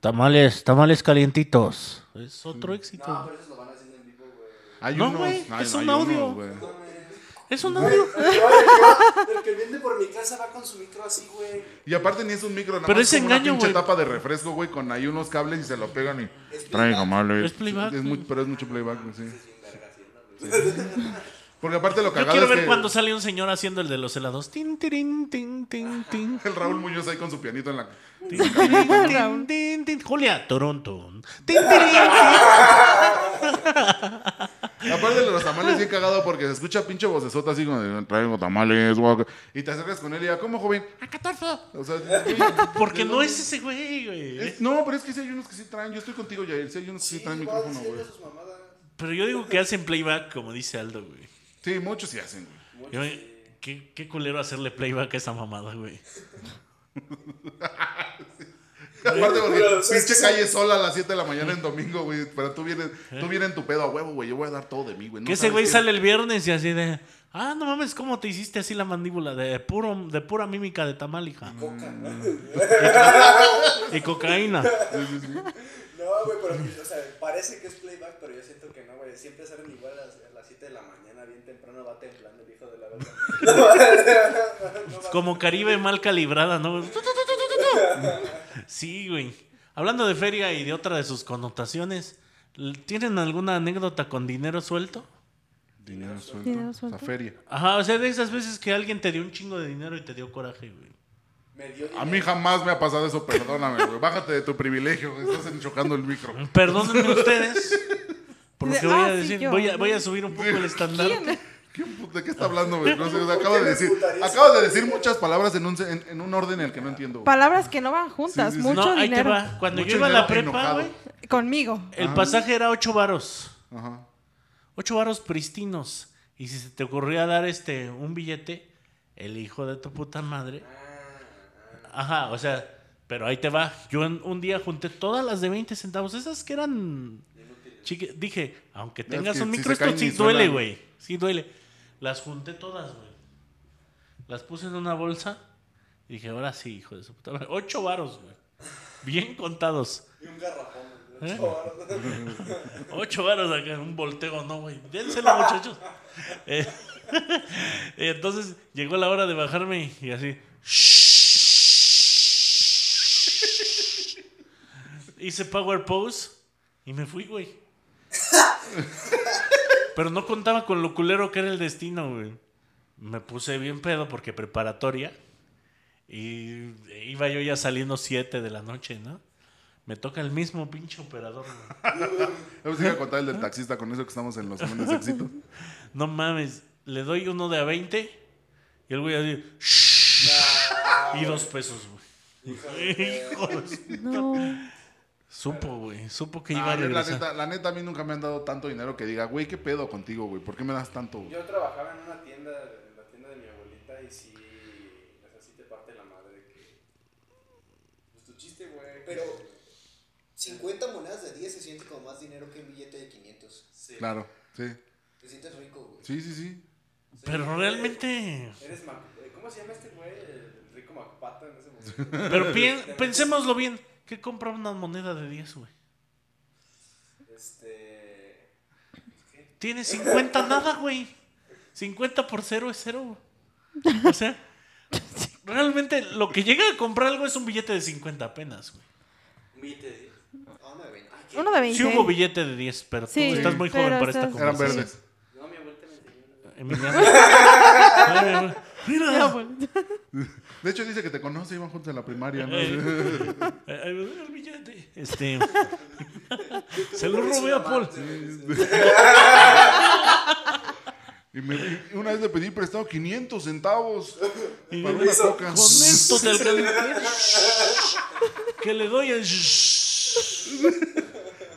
A: Tamales, tamales calientitos. Es otro éxito.
E: No,
A: güey.
E: pero eso lo van haciendo en vivo, güey.
B: Hay
A: No,
B: unos,
A: güey,
B: hay-
A: es un
B: hay
A: audio.
B: unos, güey.
A: Es un audio.
E: El que va- El que viene por mi casa va con su micro así, güey.
B: Y aparte ni es un micro, nada
A: Pero
B: más
A: ese
B: es como una
A: engaño,
B: pinche
A: güey.
B: tapa de refresco, güey, con ahí unos cables y se lo pegan y traigo malo.
A: Es playback,
B: Es muy-
A: güey.
B: pero es mucho playback, güey, sí. Sí. Porque aparte lo
A: Yo
B: cagado
A: quiero
B: es
A: ver
B: que
A: cuando sale un señor haciendo el de los helados. Tin, tirin, tin, tin, tin.
B: el Raúl Muñoz ahí con su pianito en la
A: Tin, tirin, tin, tin, tin. Julia, Toronto. Tin, tirin, tin.
B: Aparte de los tamales bien cagado porque se escucha pinche vocesota así como de, traigo tamales, guau. Y te acercas con él y ya, ¿cómo joven? A 14. O sea, güey,
A: [LAUGHS] Porque no es ese güey, güey.
B: es- no, pero es que sí hay unos que sí traen, yo estoy contigo, Yael, sí hay unos que sí, traen micrófono, güey.
A: Pero yo digo que hacen playback, como dice Aldo, güey.
B: Sí, muchos sí hacen, [LAUGHS] güey.
A: Yo me- ¿Qué, qué culero hacerle playback a esa mamada, güey.
B: Aparte, porque pinche calle sola a las 7 de la mañana en domingo, güey. Pero tú vienes, tú vienes en tu pedo a huevo, güey. Yo voy a dar todo de mí, güey. No
A: que ese
B: sabes
A: güey
B: qué-
A: sale el viernes y así de. Ah, no mames, ¿cómo te hiciste así la mandíbula? De puro, de pura mímica de tamal, hija.
F: Coca, ¿no?
A: Y cocaína.
E: No, güey, pero o sea, parece que es playback, pero yo siento que no, güey. Siempre salen igual a las, a las 7 de la mañana, bien temprano va temblando el hijo de la verga.
A: Como Caribe mal calibrada, ¿no? Sí, güey. Hablando de feria y de otra de sus connotaciones, ¿tienen alguna anécdota con dinero suelto?
B: Dinero suelto.
C: Dinero
B: La
C: suelto.
B: feria.
A: Ajá, o sea, de esas veces que alguien te dio un chingo de dinero y te dio coraje, güey.
E: Me dio
B: A mí jamás me ha pasado eso, perdóname, güey. Bájate de tu privilegio, güey. Estás enchocando el
A: [LAUGHS]
B: micro.
A: Perdónenme ustedes por lo que voy
C: Ah,
A: a
C: sí,
A: decir.
C: yo.
A: Voy a, voy a subir un poco el estándar.
B: ¿Qué puta- ¿De qué está hablando, güey? No sé,
A: [LAUGHS]
B: o sea, acaba de decir, acaba de decir muchas palabras en un, se- en, en un orden en el que no entiendo. güey.
C: Palabras que no van juntas,
B: Sí, sí, sí.
C: mucho
A: No, ahí
C: dinero.
A: te va. Cuando
B: Mucho
A: yo iba a la prepa,
B: dinero enojado. Ah.
A: güey,
C: Conmigo.
A: el pasaje era ocho varos.
B: Ajá.
A: Ocho varos pristinos. Y si se te ocurría dar este un billete, el hijo de tu puta madre. Ajá, o sea, pero ahí te va. Yo en- un día junté todas las de 20 centavos, esas que eran chique- dije, aunque
B: Ya es
A: tengas
B: que
A: un
B: si
A: micro
B: se
A: esto
B: caen
A: sí
B: ni
A: duele,
B: suenan.
A: güey. Sí duele. Las junté todas, güey. Las puse en una bolsa y dije, "Ahora sí, hijo de su puta madre, ocho varos, güey." Bien contados.
F: Y un garrafón.
A: ¿Eh?
F: ¿no?
A: Ocho varos acá en un volteo, no, güey. Dénselo, muchachos. Eh, [LAUGHS] entonces llegó la hora de bajarme y así. [LAUGHS] Hice power pose y me fui, güey. Pero no contaba con lo culero que era el destino, güey. Me puse bien pedo porque preparatoria. Y iba yo ya saliendo 7 de la noche, ¿no? Me toca el mismo pinche operador. güey.
B: Vamos a ir a contar el del taxista con eso que estamos en los jóvenes éxitos.
A: No mames, le doy uno de a 20 y el güey así. Y dos pesos, güey. Hijo de su-
C: No.
A: Supo, güey. Supo [LAUGHS] que iba
B: Ah,
A: a
B: la,
A: regresar.
B: neta, la neta, a mí nunca me han dado tanto dinero que diga, güey, ¿qué pedo contigo, güey? ¿Por qué me das tanto, güey?
D: Yo trabajaba en una tienda, en la tienda de mi abuelita, y sí, o sea, sí te parte la madre que... Pues tu chiste, güey.
F: Pero 50 monedas de 10 se siente como más dinero que un billete de 500.
D: Sí.
B: Claro, sí.
F: Te sientes rico, güey.
B: Sí, sí, sí.
D: Sí,
A: Pero
D: eres-
A: realmente.
D: Eres Mac... eh, ¿Cómo se llama este güey? El rico Macpata en ese momento.
A: [LAUGHS] Pero pi- pensémoslo bien. ¿Qué compra una moneda de 10, güey?
D: Este...
A: Tiene 50 nada, güey. 50 por 0 es 0. O sea, realmente lo que llega a comprar algo es un billete de 50 apenas, güey.
E: Un billete de 10.
F: A una venta.
D: Ah,
C: Uno de 20.
A: Sí hubo billete de 10, pero tú
C: Sí,
A: estás muy
C: pero
A: joven para esta
C: estás-
B: Eran
A: conversación.
B: verdes.
E: No, mi abuelita me enseñó. una.
A: Emiliano. [LAUGHS] Ay, mi abuelo.
C: Mi
A: Mira.
C: abuelita.
B: De hecho, dice que te conoce, iban juntos en la primaria, ¿no?
A: Eh, [LAUGHS] eh, el billete. Este. Se lo robé a Paul.
B: [LAUGHS] Y me, y una vez le pedí prestado 500 centavos
A: [LAUGHS] Y
B: para
A: me
B: una
A: dijo,
B: coca.
A: Con esto te
B: [LAUGHS]
A: alcanzé. Que le doy el.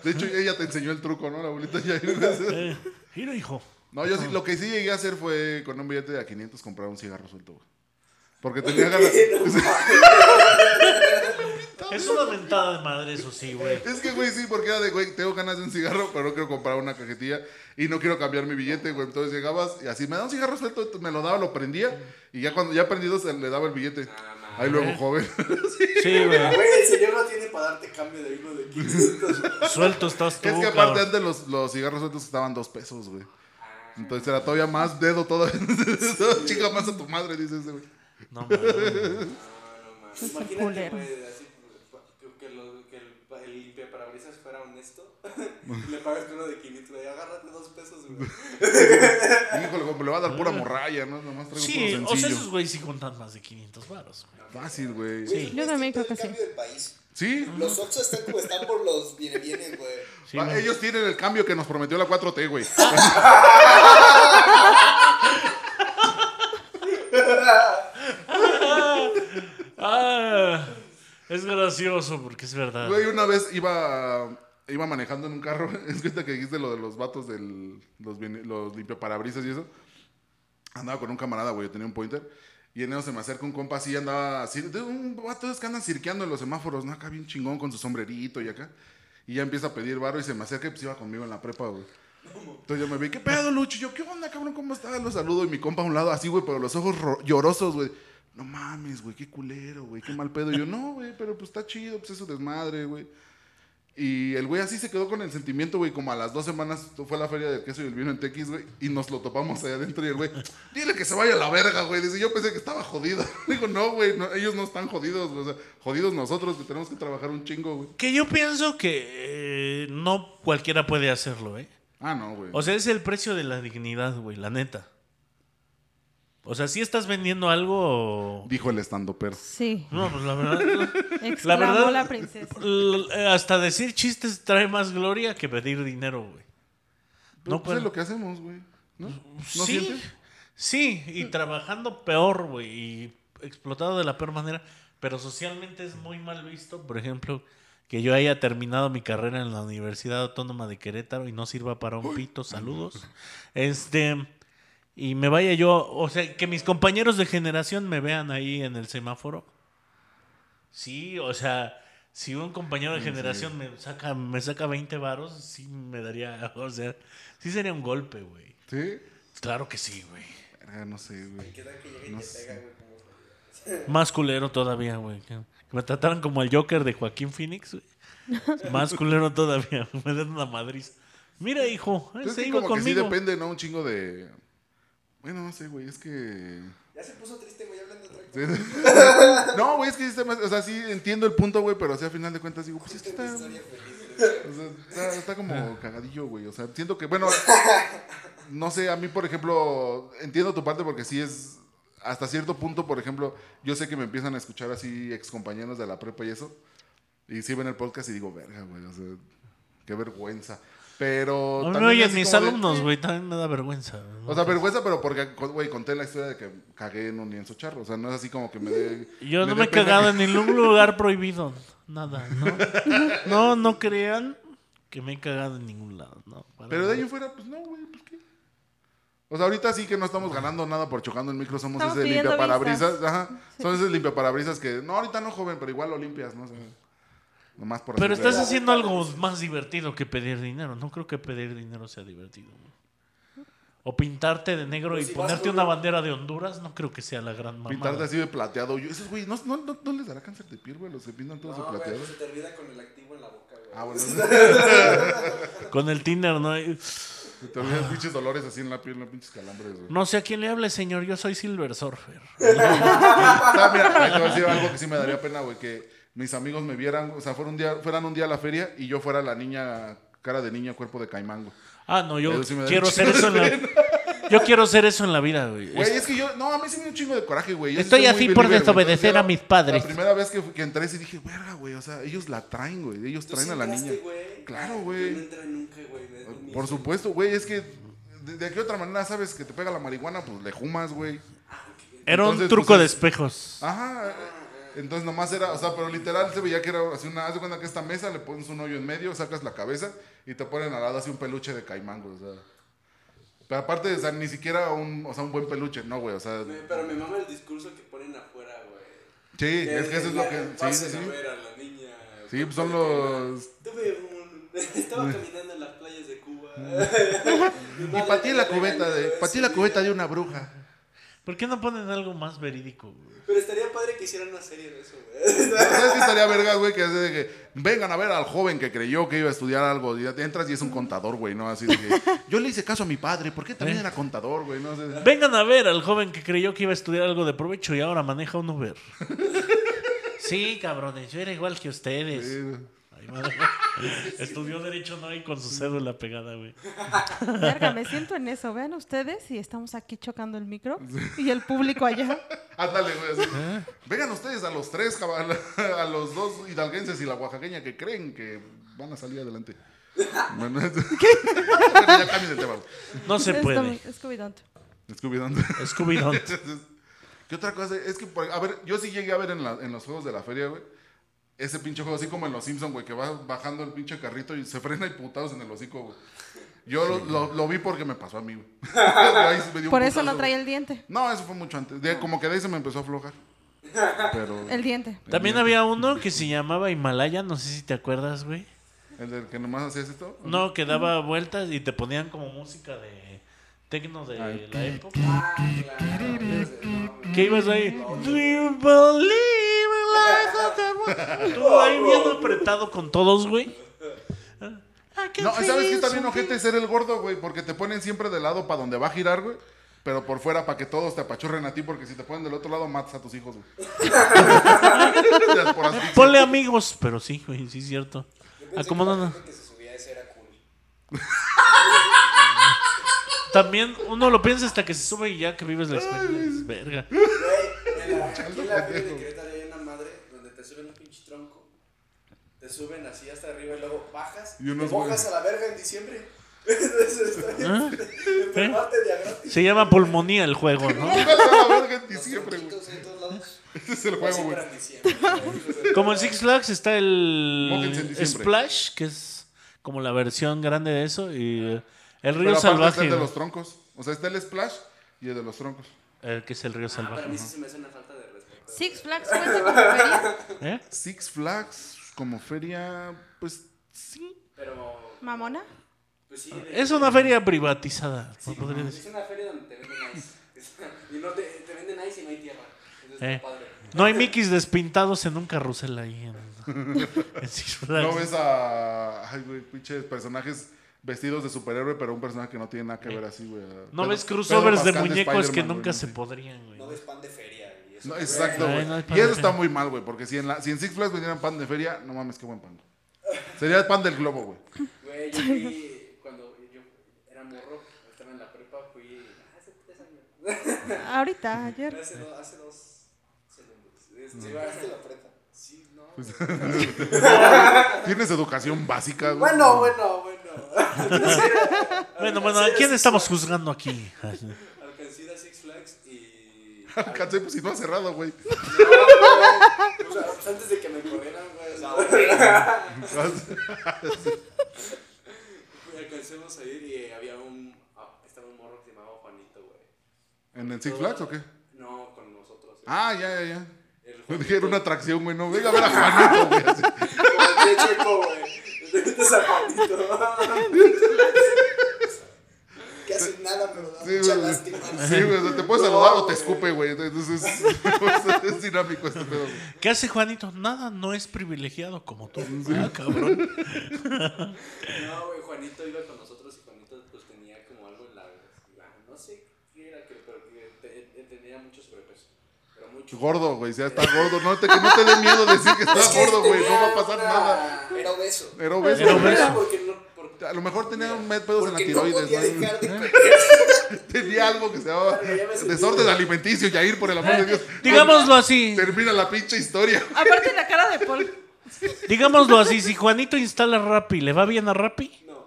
B: De hecho, ella te enseñó el truco, ¿no? La abuelita ya. [LAUGHS]
A: Eh, Mira, hijo.
B: No, yo sí, lo que sí llegué a hacer fue con un billete de a 500 comprar un cigarro suelto, güey.
D: [LAUGHS]
B: Porque tenía
E: [LAUGHS]
B: ganas.
A: Es una ventada de madre, eso sí, güey.
B: Es que, güey, sí, porque era de, güey, tengo ganas de un cigarro, pero no quiero comprar una cajetilla y no quiero cambiar mi billete, güey. Entonces llegabas y así, me da un cigarro suelto, me lo daba, lo prendía y ya cuando ya prendido se le daba el billete. Ahí luego,
A: [LAUGHS]
B: joven.
A: Sí, güey.
E: Güey, el señor no tiene para darte cambio de uno de 500. güey.
A: Suelto estás tú,
B: es que aparte
A: cabrón.
B: antes los, los cigarros sueltos estaban dos pesos, güey. Entonces era todavía más dedo todavía. [LAUGHS] Chica, más a tu madre, dice ese, güey.
A: No, mames.
C: Es un
E: Imagínate,
C: culero.
E: güey, así que, que lo- que el, el limpiaparabrisas fuera honesto. [LAUGHS] le pagas uno de 500, güey. Agárrate dos pesos, güey.
B: Híjole, como le va a dar pura morralla, ¿no? Nomás traigo
A: Ah. Sí,
B: puro
A: o sea,
B: sencillo.
A: esos güey sí contan más de 500 baros. güey.
B: Fácil, güey.
A: Sí.
F: Güey,
C: Yo
E: este
C: también
F: es
C: creo que
F: todo el
C: sí.
F: cambio del país.
B: Sí.
F: Los Oxxo están como están por los viene bienes, güey.
A: Sí,
B: Va,
A: güey.
B: Ah, ellos tienen el cambio que nos prometió la 4T, güey.
A: Ah, es gracioso porque es verdad.
B: Güey, una vez iba, iba manejando en un carro. [LAUGHS] Es que ahorita que dijiste lo de los vatos del. Los, bien- los limpiaparabrisas y eso. Andaba con un camarada, güey. Yo tenía un pointer. Y en eso se me acerca un compa así. Andaba así. de Un vato de esos que andan cirqueando en los semáforos, ¿no? Acá bien chingón con su sombrerito y acá. Y ya empieza a pedir barro y se me acerca y pues iba conmigo en la prepa, güey. Entonces yo me vi, ¿qué pedo, Lucho? Y Yo, ¿qué onda, cabrón? ¿Cómo estás? Lo saludo y mi compa a un lado así, güey, pero los ojos ro- llorosos, güey. No mames, güey, qué culero, güey, qué mal pedo. Y yo, no, güey, pero pues está chido, pues es su desmadre, güey. Y el güey así se quedó con el sentimiento, güey, como a las dos semanas fue a la feria del queso y el vino en Tequis, güey, y nos lo topamos allá adentro y el güey, dile que se vaya a la verga, güey. Dice, yo pensé que estaba jodido. [LAUGHS] Digo, no, güey, no, ellos no están jodidos, güey, o sea, jodidos nosotros que tenemos que trabajar un chingo, güey.
A: Que yo pienso que eh, no cualquiera puede hacerlo, ¿eh?
B: Ah, no, güey.
A: O sea, es el precio de la dignidad, güey, la neta. O sea, si estás vendiendo algo...
B: Dijo el estando pero.
C: Sí.
A: No, pues la verdad... [LAUGHS] La
C: Exclamó la,
A: verdad...
C: princesa.
A: l- eh, Hasta decir chistes trae más gloria que pedir dinero, güey.
B: Pero
A: No,
B: pues es
A: cuál- Pues,
B: lo que hacemos, güey. ¿No? ¿No
A: sí,
B: sientes?
A: sí, y trabajando peor, güey, y explotado de la peor manera, pero socialmente es muy mal visto, por ejemplo, que yo haya terminado mi carrera en la Universidad Autónoma de Querétaro y no sirva para un pito, saludos. Este, y me vaya yo, o sea, que mis compañeros de generación me vean ahí en el semáforo. Sí, o sea, si un compañero de generación me saca me saca 20 varos, sí me daría, [LAUGHS] o sea, sí sería un golpe, güey.
B: Sí.
A: Claro que sí, güey.
B: Verga, no sé, güey.
E: ¿Qué tal que llegue y
B: No
E: te
B: sé.
E: pega, güey? Como...
A: Más culero todavía, güey. Que que me trataran como el Joker de Joaquín Phoenix, güey. Más culero todavía. [LAUGHS] Me dan una madriz. Mira, hijo, él
B: Pues Es
A: se
B: que
A: iba
B: como que sí
A: conmigo.
B: depende, ¿no? Un chingo de. Bueno, no sé, güey. Es que.
E: Ya se puso triste, güey, hablando de otra cosa.
B: Sí. no, güey, es que sí está más- O sea, sí entiendo el punto, güey, pero así al final de cuentas digo, pues es que está. o sea,
F: Historia feliz, güey.
B: está, está como cagadillo, güey. O sea, entiendo que, bueno, no sé, a mí, por ejemplo, entiendo tu parte porque sí es. Hasta cierto punto, por ejemplo, yo sé que me empiezan a escuchar así ex compañeros de la prepa y eso. Y sí ven el podcast y digo, verga, güey, o sea, qué vergüenza. Pero.
A: No, no,
B: también
A: oye,
B: así
A: mis
B: como de- "Eh".
A: alumnos, güey, también me da vergüenza.
B: O sea, vergüenza, pero porque, co- güey, conté la historia de que cagué en un lienzo charro. O sea, no es así como que me dé.
A: Yo no
B: dé
A: me he
B: pena
A: cagado en
B: [LAUGHS]
A: ningún lugar prohibido. Nada, ¿no? No, no crean que me he cagado en ningún lado, ¿no? Para
B: Pero de ahí
A: nada.
B: en fuera, pues no, güey, pues qué. O sea, ahorita sí que no estamos ganando nada por chocando el micro, somos
C: Estamos
B: ese
C: pidiendo
B: limpia parabrisas. Ajá. Son esos limpia parabrisas que. No, ahorita no, joven, pero igual lo limpias, ¿no? O sea, nomás por
A: Pero
B: hacer-
A: estás haciendo algo más divertido que pedir dinero. No creo que pedir dinero sea divertido. güey. O pintarte de negro
E: Pues
A: y
E: si vas
A: ponerte
E: con
A: una
E: un-
A: bandera de Honduras, no creo que sea la gran mamada.
B: Pintarte así de plateado. Yo, esos güey, no, no, no, no les dará cáncer de piel, güey. Los se pintan todos de
E: No,
B: plateado.
E: güey, se te olvida con el activo en la boca, güey.
B: Ah, bueno. se este.
A: Con el Tinder, ¿no? Y-
B: te olvidan
A: [LAUGHS]
B: pinches dolores así en la piel, no pinches calambres, güey.
A: No sé a quién le hable, señor. Yo soy Silver Surfer.
B: O sea, mira, ahí te voy a decir algo que sí me daría pena, güey, que mis amigos me vieran, o sea, fuera un día, fueran un día a la feria y yo fuera la niña, cara de niña, cuerpo de caimán, güey.
A: Ah, no, yo
B: Eso sí me da
A: quiero
B: un
A: ser eso en la... Yo quiero ser eso en la vida, güey.
B: Güey, es que yo, no, a mí sí me dio un chingo de coraje, güey. Yo sí
A: Estoy
B: soy muy
A: así por
B: believer, güey.
A: desobedecer a mis padres.
B: La primera vez que, fu- que entré sí dije, verga, güey, o sea, ellos la traen, güey, ellos
E: ¿Tú
B: traen
E: sí
B: a la
E: entraste,
B: niña.
E: güey?
B: Claro,
E: Yo
B: güey.
E: No entré nunca, güey. desde un
B: Por
E: inicio.
B: supuesto, güey, es que de, de qué otra manera sabes que te pega la marihuana, pues le jumas, güey.
A: Era un
B: Entonces,
A: truco
B: pues,
A: de
B: es-
A: espejos.
B: Ajá. eh, Entonces nomás era, o sea, pero literal se veía que era así una, haz de cuenta que esta mesa le pones un hoyo en medio, sacas la cabeza y te ponen al lado así un peluche de caimán, güey, o sea. Pero aparte, o sea, ni siquiera un, o sea, un buen peluche, no, güey, o sea,
E: Me- Pero me mama el discurso que ponen afuera, güey.
B: sí, es que eso es lo que, sí, sí,
E: Pasen a
B: sí.
E: ver a la niña.
B: Sí, pues, son los- Mm.
E: Tuve un... [LAUGHS] Estaba caminando en las playas de Cuba. [LAUGHS]
B: Y patí la cubeta de, patí la cubeta de una bruja.
A: ¿Por qué no ponen algo más verídico? güey?
E: Pero estaría padre que hicieran una serie de eso, güey.
B: ¿Sabes qué estaría verga, güey? Que es de que vengan a ver al joven que creyó que iba a estudiar algo. Y ya te entras y es un contador, güey, ¿no? Así de que yo le hice caso a mi padre, porque también era contador, güey? No sé.
A: Vengan a ver al joven que creyó que iba a estudiar algo de provecho y ahora maneja un Uber. Sí, cabrones, yo era igual que ustedes. Ay, [LAUGHS] madre. Estudió Derecho no y con su cédula pegada, güey.
C: Verga, me siento en eso. Vean ustedes y estamos aquí chocando el micro y el público allá.
B: Ándale, güey. así. Vengan ustedes a los tres, cabal, [LAUGHS] a los dos hidalguenses y la oaxaqueña que creen que van a salir adelante. Bueno, [LAUGHS] es- Bueno, ya cambien de tema. güey.
A: No se
C: Es
A: puede.
C: como- Es covidante.
B: Scooby-Doo.
A: Scooby-Doo.
B: ¿Qué otra cosa? Es que, por- a ver, yo sí llegué a ver en, la- en los juegos de la feria, güey. Ese pinche juego, así como en los Simpsons, güey, que va bajando el pinche carrito y se frena y putados en el hocico, güey. Yo lo, lo- lo vi porque me pasó a mí, güey. [LAUGHS] Ahí sí me dio un
C: Por eso no
B: putazo,
C: traía el diente.
B: güey. No, eso fue mucho antes. De- como que de ahí se me empezó a aflojar. Pero.
C: El diente.
A: También había uno que se llamaba Himalaya, no sé si te acuerdas, güey.
B: El del que nomás hacías esto.
A: No, que daba vueltas y te ponían como música de tecno de
B: Ay,
A: la época.
E: Claro.
A: ¿Qué ibas ahí? Do you believe in life after one? Tú ahí bien apretado con todos, güey. I can
B: No, ¿sabes qué
A: feel
B: está bien
A: something.
B: ojete ser el gordo, güey? Porque te ponen siempre de lado para donde va a girar, güey. Pero por fuera para que todos te apachurren a ti, porque si te ponen del otro lado matas a tus hijos, güey. Por asfixia.
A: Ponle amigos, pero sí, güey, sí es cierto.
F: Yo pensé que la
A: Acomodan.
F: gente que se subía a ese era cool.
A: También uno lo piensa hasta que se sube y ya que vives la experiencia. Verga.
B: [LAUGHS]
E: Güey, en la- aquí en la Feria de Querétaro hay una madre donde te suben un pinche tronco. Te suben así hasta arriba y luego bajas.
B: Y
E: Y
B: unos
E: te mojas a la verga en diciembre. [LAUGHS] Entonces está bien. Enfermarte de a gratis.
A: ¿Eh? Se llama pulmonía el juego, ¿no?
B: A la verga en
F: Los
B: diciembre, güey.
F: tronquitos en todos lados.
B: Ese es el
E: Así
B: juego, güey.
E: para en
A: [LAUGHS]
E: diciembre. güey.
A: Como en Six Flags está
B: Mójense en
A: el
B: diciembre.
A: Splash, que es como la versión grande de eso, y eh, el
B: Pero
A: río
B: aparte está
A: salvaje,
B: el de los troncos. O sea, está el splash y el de los troncos.
A: eh, que es el río
E: Ah, Para
A: salvaje.
E: mí sí se me hace una falta de respeto.
C: Six Flags cuenta
A: [LAUGHS]
C: como feria.
A: ¿Eh?
B: Six Flags como feria, pues sí.
E: Pero,
C: Mamona.
E: pues sí. de-
A: Es una feria privatizada,
E: sí,
A: Ah, podría
E: es
A: decir.
E: una feria donde te venden ice. [LAUGHS] y no te, te venden ice y no hay tierra. Entonces
A: Eh.
E: está padre.
A: No hay mickeys despintados en un carrusel ahí en,
B: [LAUGHS]
A: en Six Flags.
B: No ves a. Ay, güey, pinches personajes vestidos de superhéroe, pero un personaje que no tiene nada que ver así, güey.
A: No
B: Pedro-
A: ves
B: Pedro
A: crossovers de
B: Pascal
A: muñecos que
B: Spider-Man, güey,
A: nunca
B: no
A: se
B: sé.
A: podrían, güey.
F: No ves pan de feria. y eso.
B: No, exacto,
A: Ay,
B: güey.
A: no, es pan
B: y
A: de
B: eso está
A: feria.
B: muy mal, güey, porque si en, la, si en Six Flags vendieran pan de feria, no mames, qué buen pan. Sería el pan del globo, güey.
E: Güey, yo fui cuando yo era morro, estaba en la prepa, fui ah, hace tres años.
C: Ahorita, ayer.
B: Mm.
E: Hace, do- hace dos segundos. Este, iba-
F: Hasta la prepa.
E: sí, no,
B: Pues Tienes educación básica, güey.
G: Bueno, bueno, bueno.
A: Bueno, bueno, ¿a quién estamos juzgando aquí? [LAUGHS]
E: Alcancé ir a Six Flags
B: [LAUGHS]
E: y.
B: Alcancé, pues si no ha cerrado, güey.
G: O sea, pues antes de que me corrieran, güey. o sea,
E: Güey, Alcancemos a ir y eh, había un. ah, estaba un morro que se llamaba Juanito, güey.
B: ¿En el Six Flags o qué?
E: No, con nosotros.
B: Ah, ya, ya, ya.
E: El
B: Me
E: Juanito-
B: dijeron una atracción, güey. No, venga a ver a Juanito, güey. así.
E: [LAUGHS]
G: Qué chico, güey.
E: Te metes a Juanito.
F: Que hacen nada, pero da
B: Sí,
F: mucha
B: güey.
F: lástima.
B: Sí, güey. o sea, te puedes saludar o te escupe, güey. Entonces es, [LAUGHS] es dinámico este pedo, güey.
A: ¿Qué hace Juanito? Nada, no es privilegiado como tú. Ah, cabrón.
E: No, güey, Juanito iba con nosotros y Juanito pues tenía como algo en la. la- no sé qué era, que, pero que te- te- tenía mucho sobrepeso. Pero mucho.
B: Gordo, güey. Si ya estás gordo, no te, que no te dé miedo decir que estás
F: Es que este
B: gordo, güey. No
F: tenía
B: va a pasar
F: una-
B: nada.
F: Era obeso.
B: Era obeso.
A: Era
B: güey.
A: obeso.
E: Porque no. Porque
B: A lo mejor tenía un med- pedos en la
F: Porque no
B: tiroides,
F: podía
B: güey. [LAUGHS]
F: dejar de comer.
B: Tenía algo que se llamaba
E: ya me sentí-
B: desorden alimenticio, Yair, por el amor de
A: [LAUGHS]
B: Dios.
A: Digámoslo así.
B: Termina la pinche historia. [LAUGHS]
C: Aparte la cara de Paul.
A: Digámoslo así, si Juanito instala Rappi, ¿le va bien a Rappi?
E: no.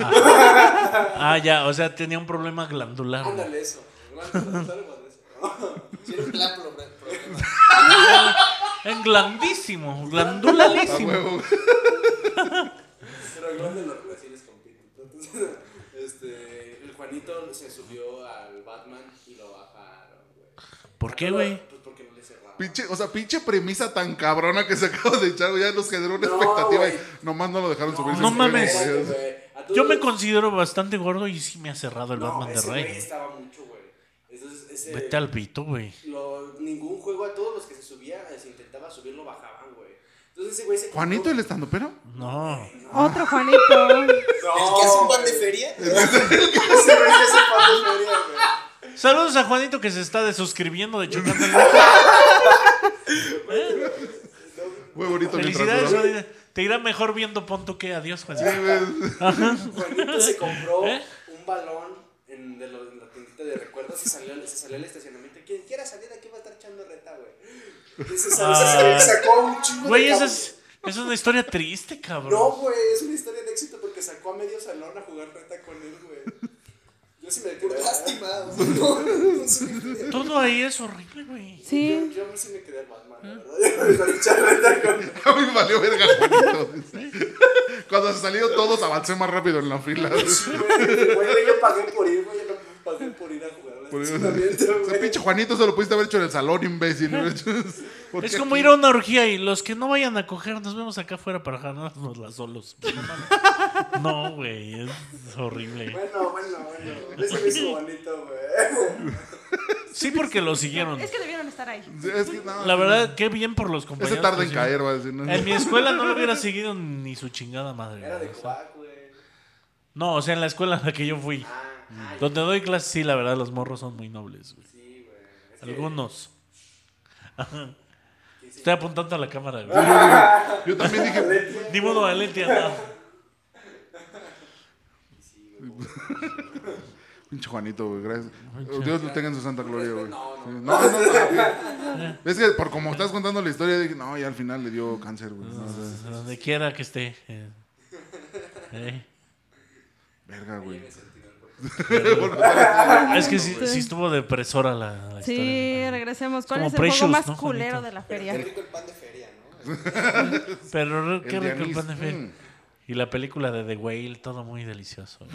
A: Ah, ya, o sea, tenía un problema glandular.
E: Ándale eso. [LAUGHS] Ándale, ándale eso.
F: Sí, era un gran pro- problema.
A: Es glandísimo,
E: Ah,
A: glandularísimo.
B: A huevo.
E: Pero igual de las relaciones con Pete. Entonces, [LAUGHS] este, el Juanito se subió al Batman y lo bajaron, güey.
A: ¿Por qué, güey?
E: Pues porque no le cerraron.
B: Pinche, o sea, pinche premisa tan cabrona que se acaba de echar. Ya nos generó una
E: No,
B: expectativa. Y
E: güey.
B: nomás no lo dejaron
E: Ah,
B: subirse.
A: no
B: al tren,
A: mames.
B: güey.
A: Yo me considero bastante gordo y sí me ha cerrado el Batman de
E: Rey.
A: Rey.
E: estaba mucho, güey. Entonces, ese.
A: Vete al pito, güey.
E: lo- ningún juego a todos los que se subía, eh, se intentaba subir, lo bajaban, güey. Entonces ese güey se.
B: Juanito el estandopero.
A: No.
C: Otro Juanito.
F: El que hace un pan de feria.
E: [LAUGHS]
G: Ese güey se hace pan de feria, güey.
A: Saludos a Juanito que se está desuscribiendo de Chocando el
B: Muy bonito mientras
A: Felicidades,
B: dura.
A: Juanito. Te irá mejor viendo Ponto que adiós, Juanito.
E: Juanito se compró
A: ¿Eh?
E: un balón en, de lo- en la tiendita de recuerdos y salió, se salió al estacionamiento. Quien quiera salir aquí va a estar echando reta, güey.
G: Ese sa- ese sa- sacó un chingo de
A: Ah. Güey, esa
G: cab-
A: es, esa es una historia triste,
E: No,
A: cabrón.
E: güey, es una historia de éxito porque sacó a medio salón a jugar reta con él, güey. Yo sí me quedé.
F: Lástima. No, no sé.
A: Todo ahí es horrible, güey.
E: Yo,
C: Sí.
E: yo a mí sí me quedé al Batman,
A: ¿Eh?
E: la ¿verdad? Yo me salí a echar reta con él.
B: [LAUGHS] A mí me valió verga, Juanito. Cuando se salieron todos, avancé más rápido en la fila.
E: Güey, Güey, yo pagué por ir, güey. Yo no pagué por ir a jugar al
B: Por eso.
E: estacionamiento,
B: [LAUGHS] Ese
E: güey.
B: pinche Juanito se lo pudiste haber hecho en el salón, imbécil.
A: [LAUGHS]
B: ¿Por
A: Es
B: qué
A: como
B: aquí?
A: ir a una orgía y los que no vayan a coger, nos vemos acá afuera para jarnarnos las solos. No, güey, es horrible.
E: Bueno, bueno, bueno. Ese me hizo bonito, güey.
A: Sí, porque lo siguieron.
C: Es que debieron estar ahí.
B: Es que no,
A: La verdad, qué bien por los
B: ese
A: compañeros.
B: tarda
A: que
B: en
A: siguieron.
B: caer, va a decir. ¿no?
A: En mi escuela no lo hubiera seguido ni su chingada madre.
E: Era de
A: güey, o sea.
E: Cobac, güey.
A: No, o sea, en la escuela en la que yo fui.
E: Ah, ah,
A: Donde doy clases, sí, la verdad, los morros son muy nobles, güey.
E: sí, güey. Es
B: [LAUGHS]
E: que-
A: Algunos. Estoy apuntando a la cámara, güey.
B: Ah, Yo también dije,
A: Ni modo, Valencia, no.
B: pinche Juanito, güey, gracias. Dios lo tenga en su santa gloria, güey.
E: No,
B: Sí, No, no, no. Es que por como estás contando la historia, dije, no, ya al final le dio cáncer,
A: Ah,
B: güey. No,
A: A Donde quiera que esté.
B: [LAUGHS]
A: eh. Eh.
B: Verga, güey.
A: Ah, Es que sí, sí estuvo depresora la, la
C: Sí,
A: historia.
C: regresemos. ¿Cuál
A: Como
C: es el juego
A: Precious,
C: más
A: ¿no,
C: culero
A: Juanito?
C: de la
F: Pero qué
C: feria?
F: rico el pan de feria, ¿no?
A: Pero re- qué
B: El de
A: rico el
B: anís,
A: pan de fe.
B: mm.
A: Y la película de The Whale, todo muy delicioso. güey.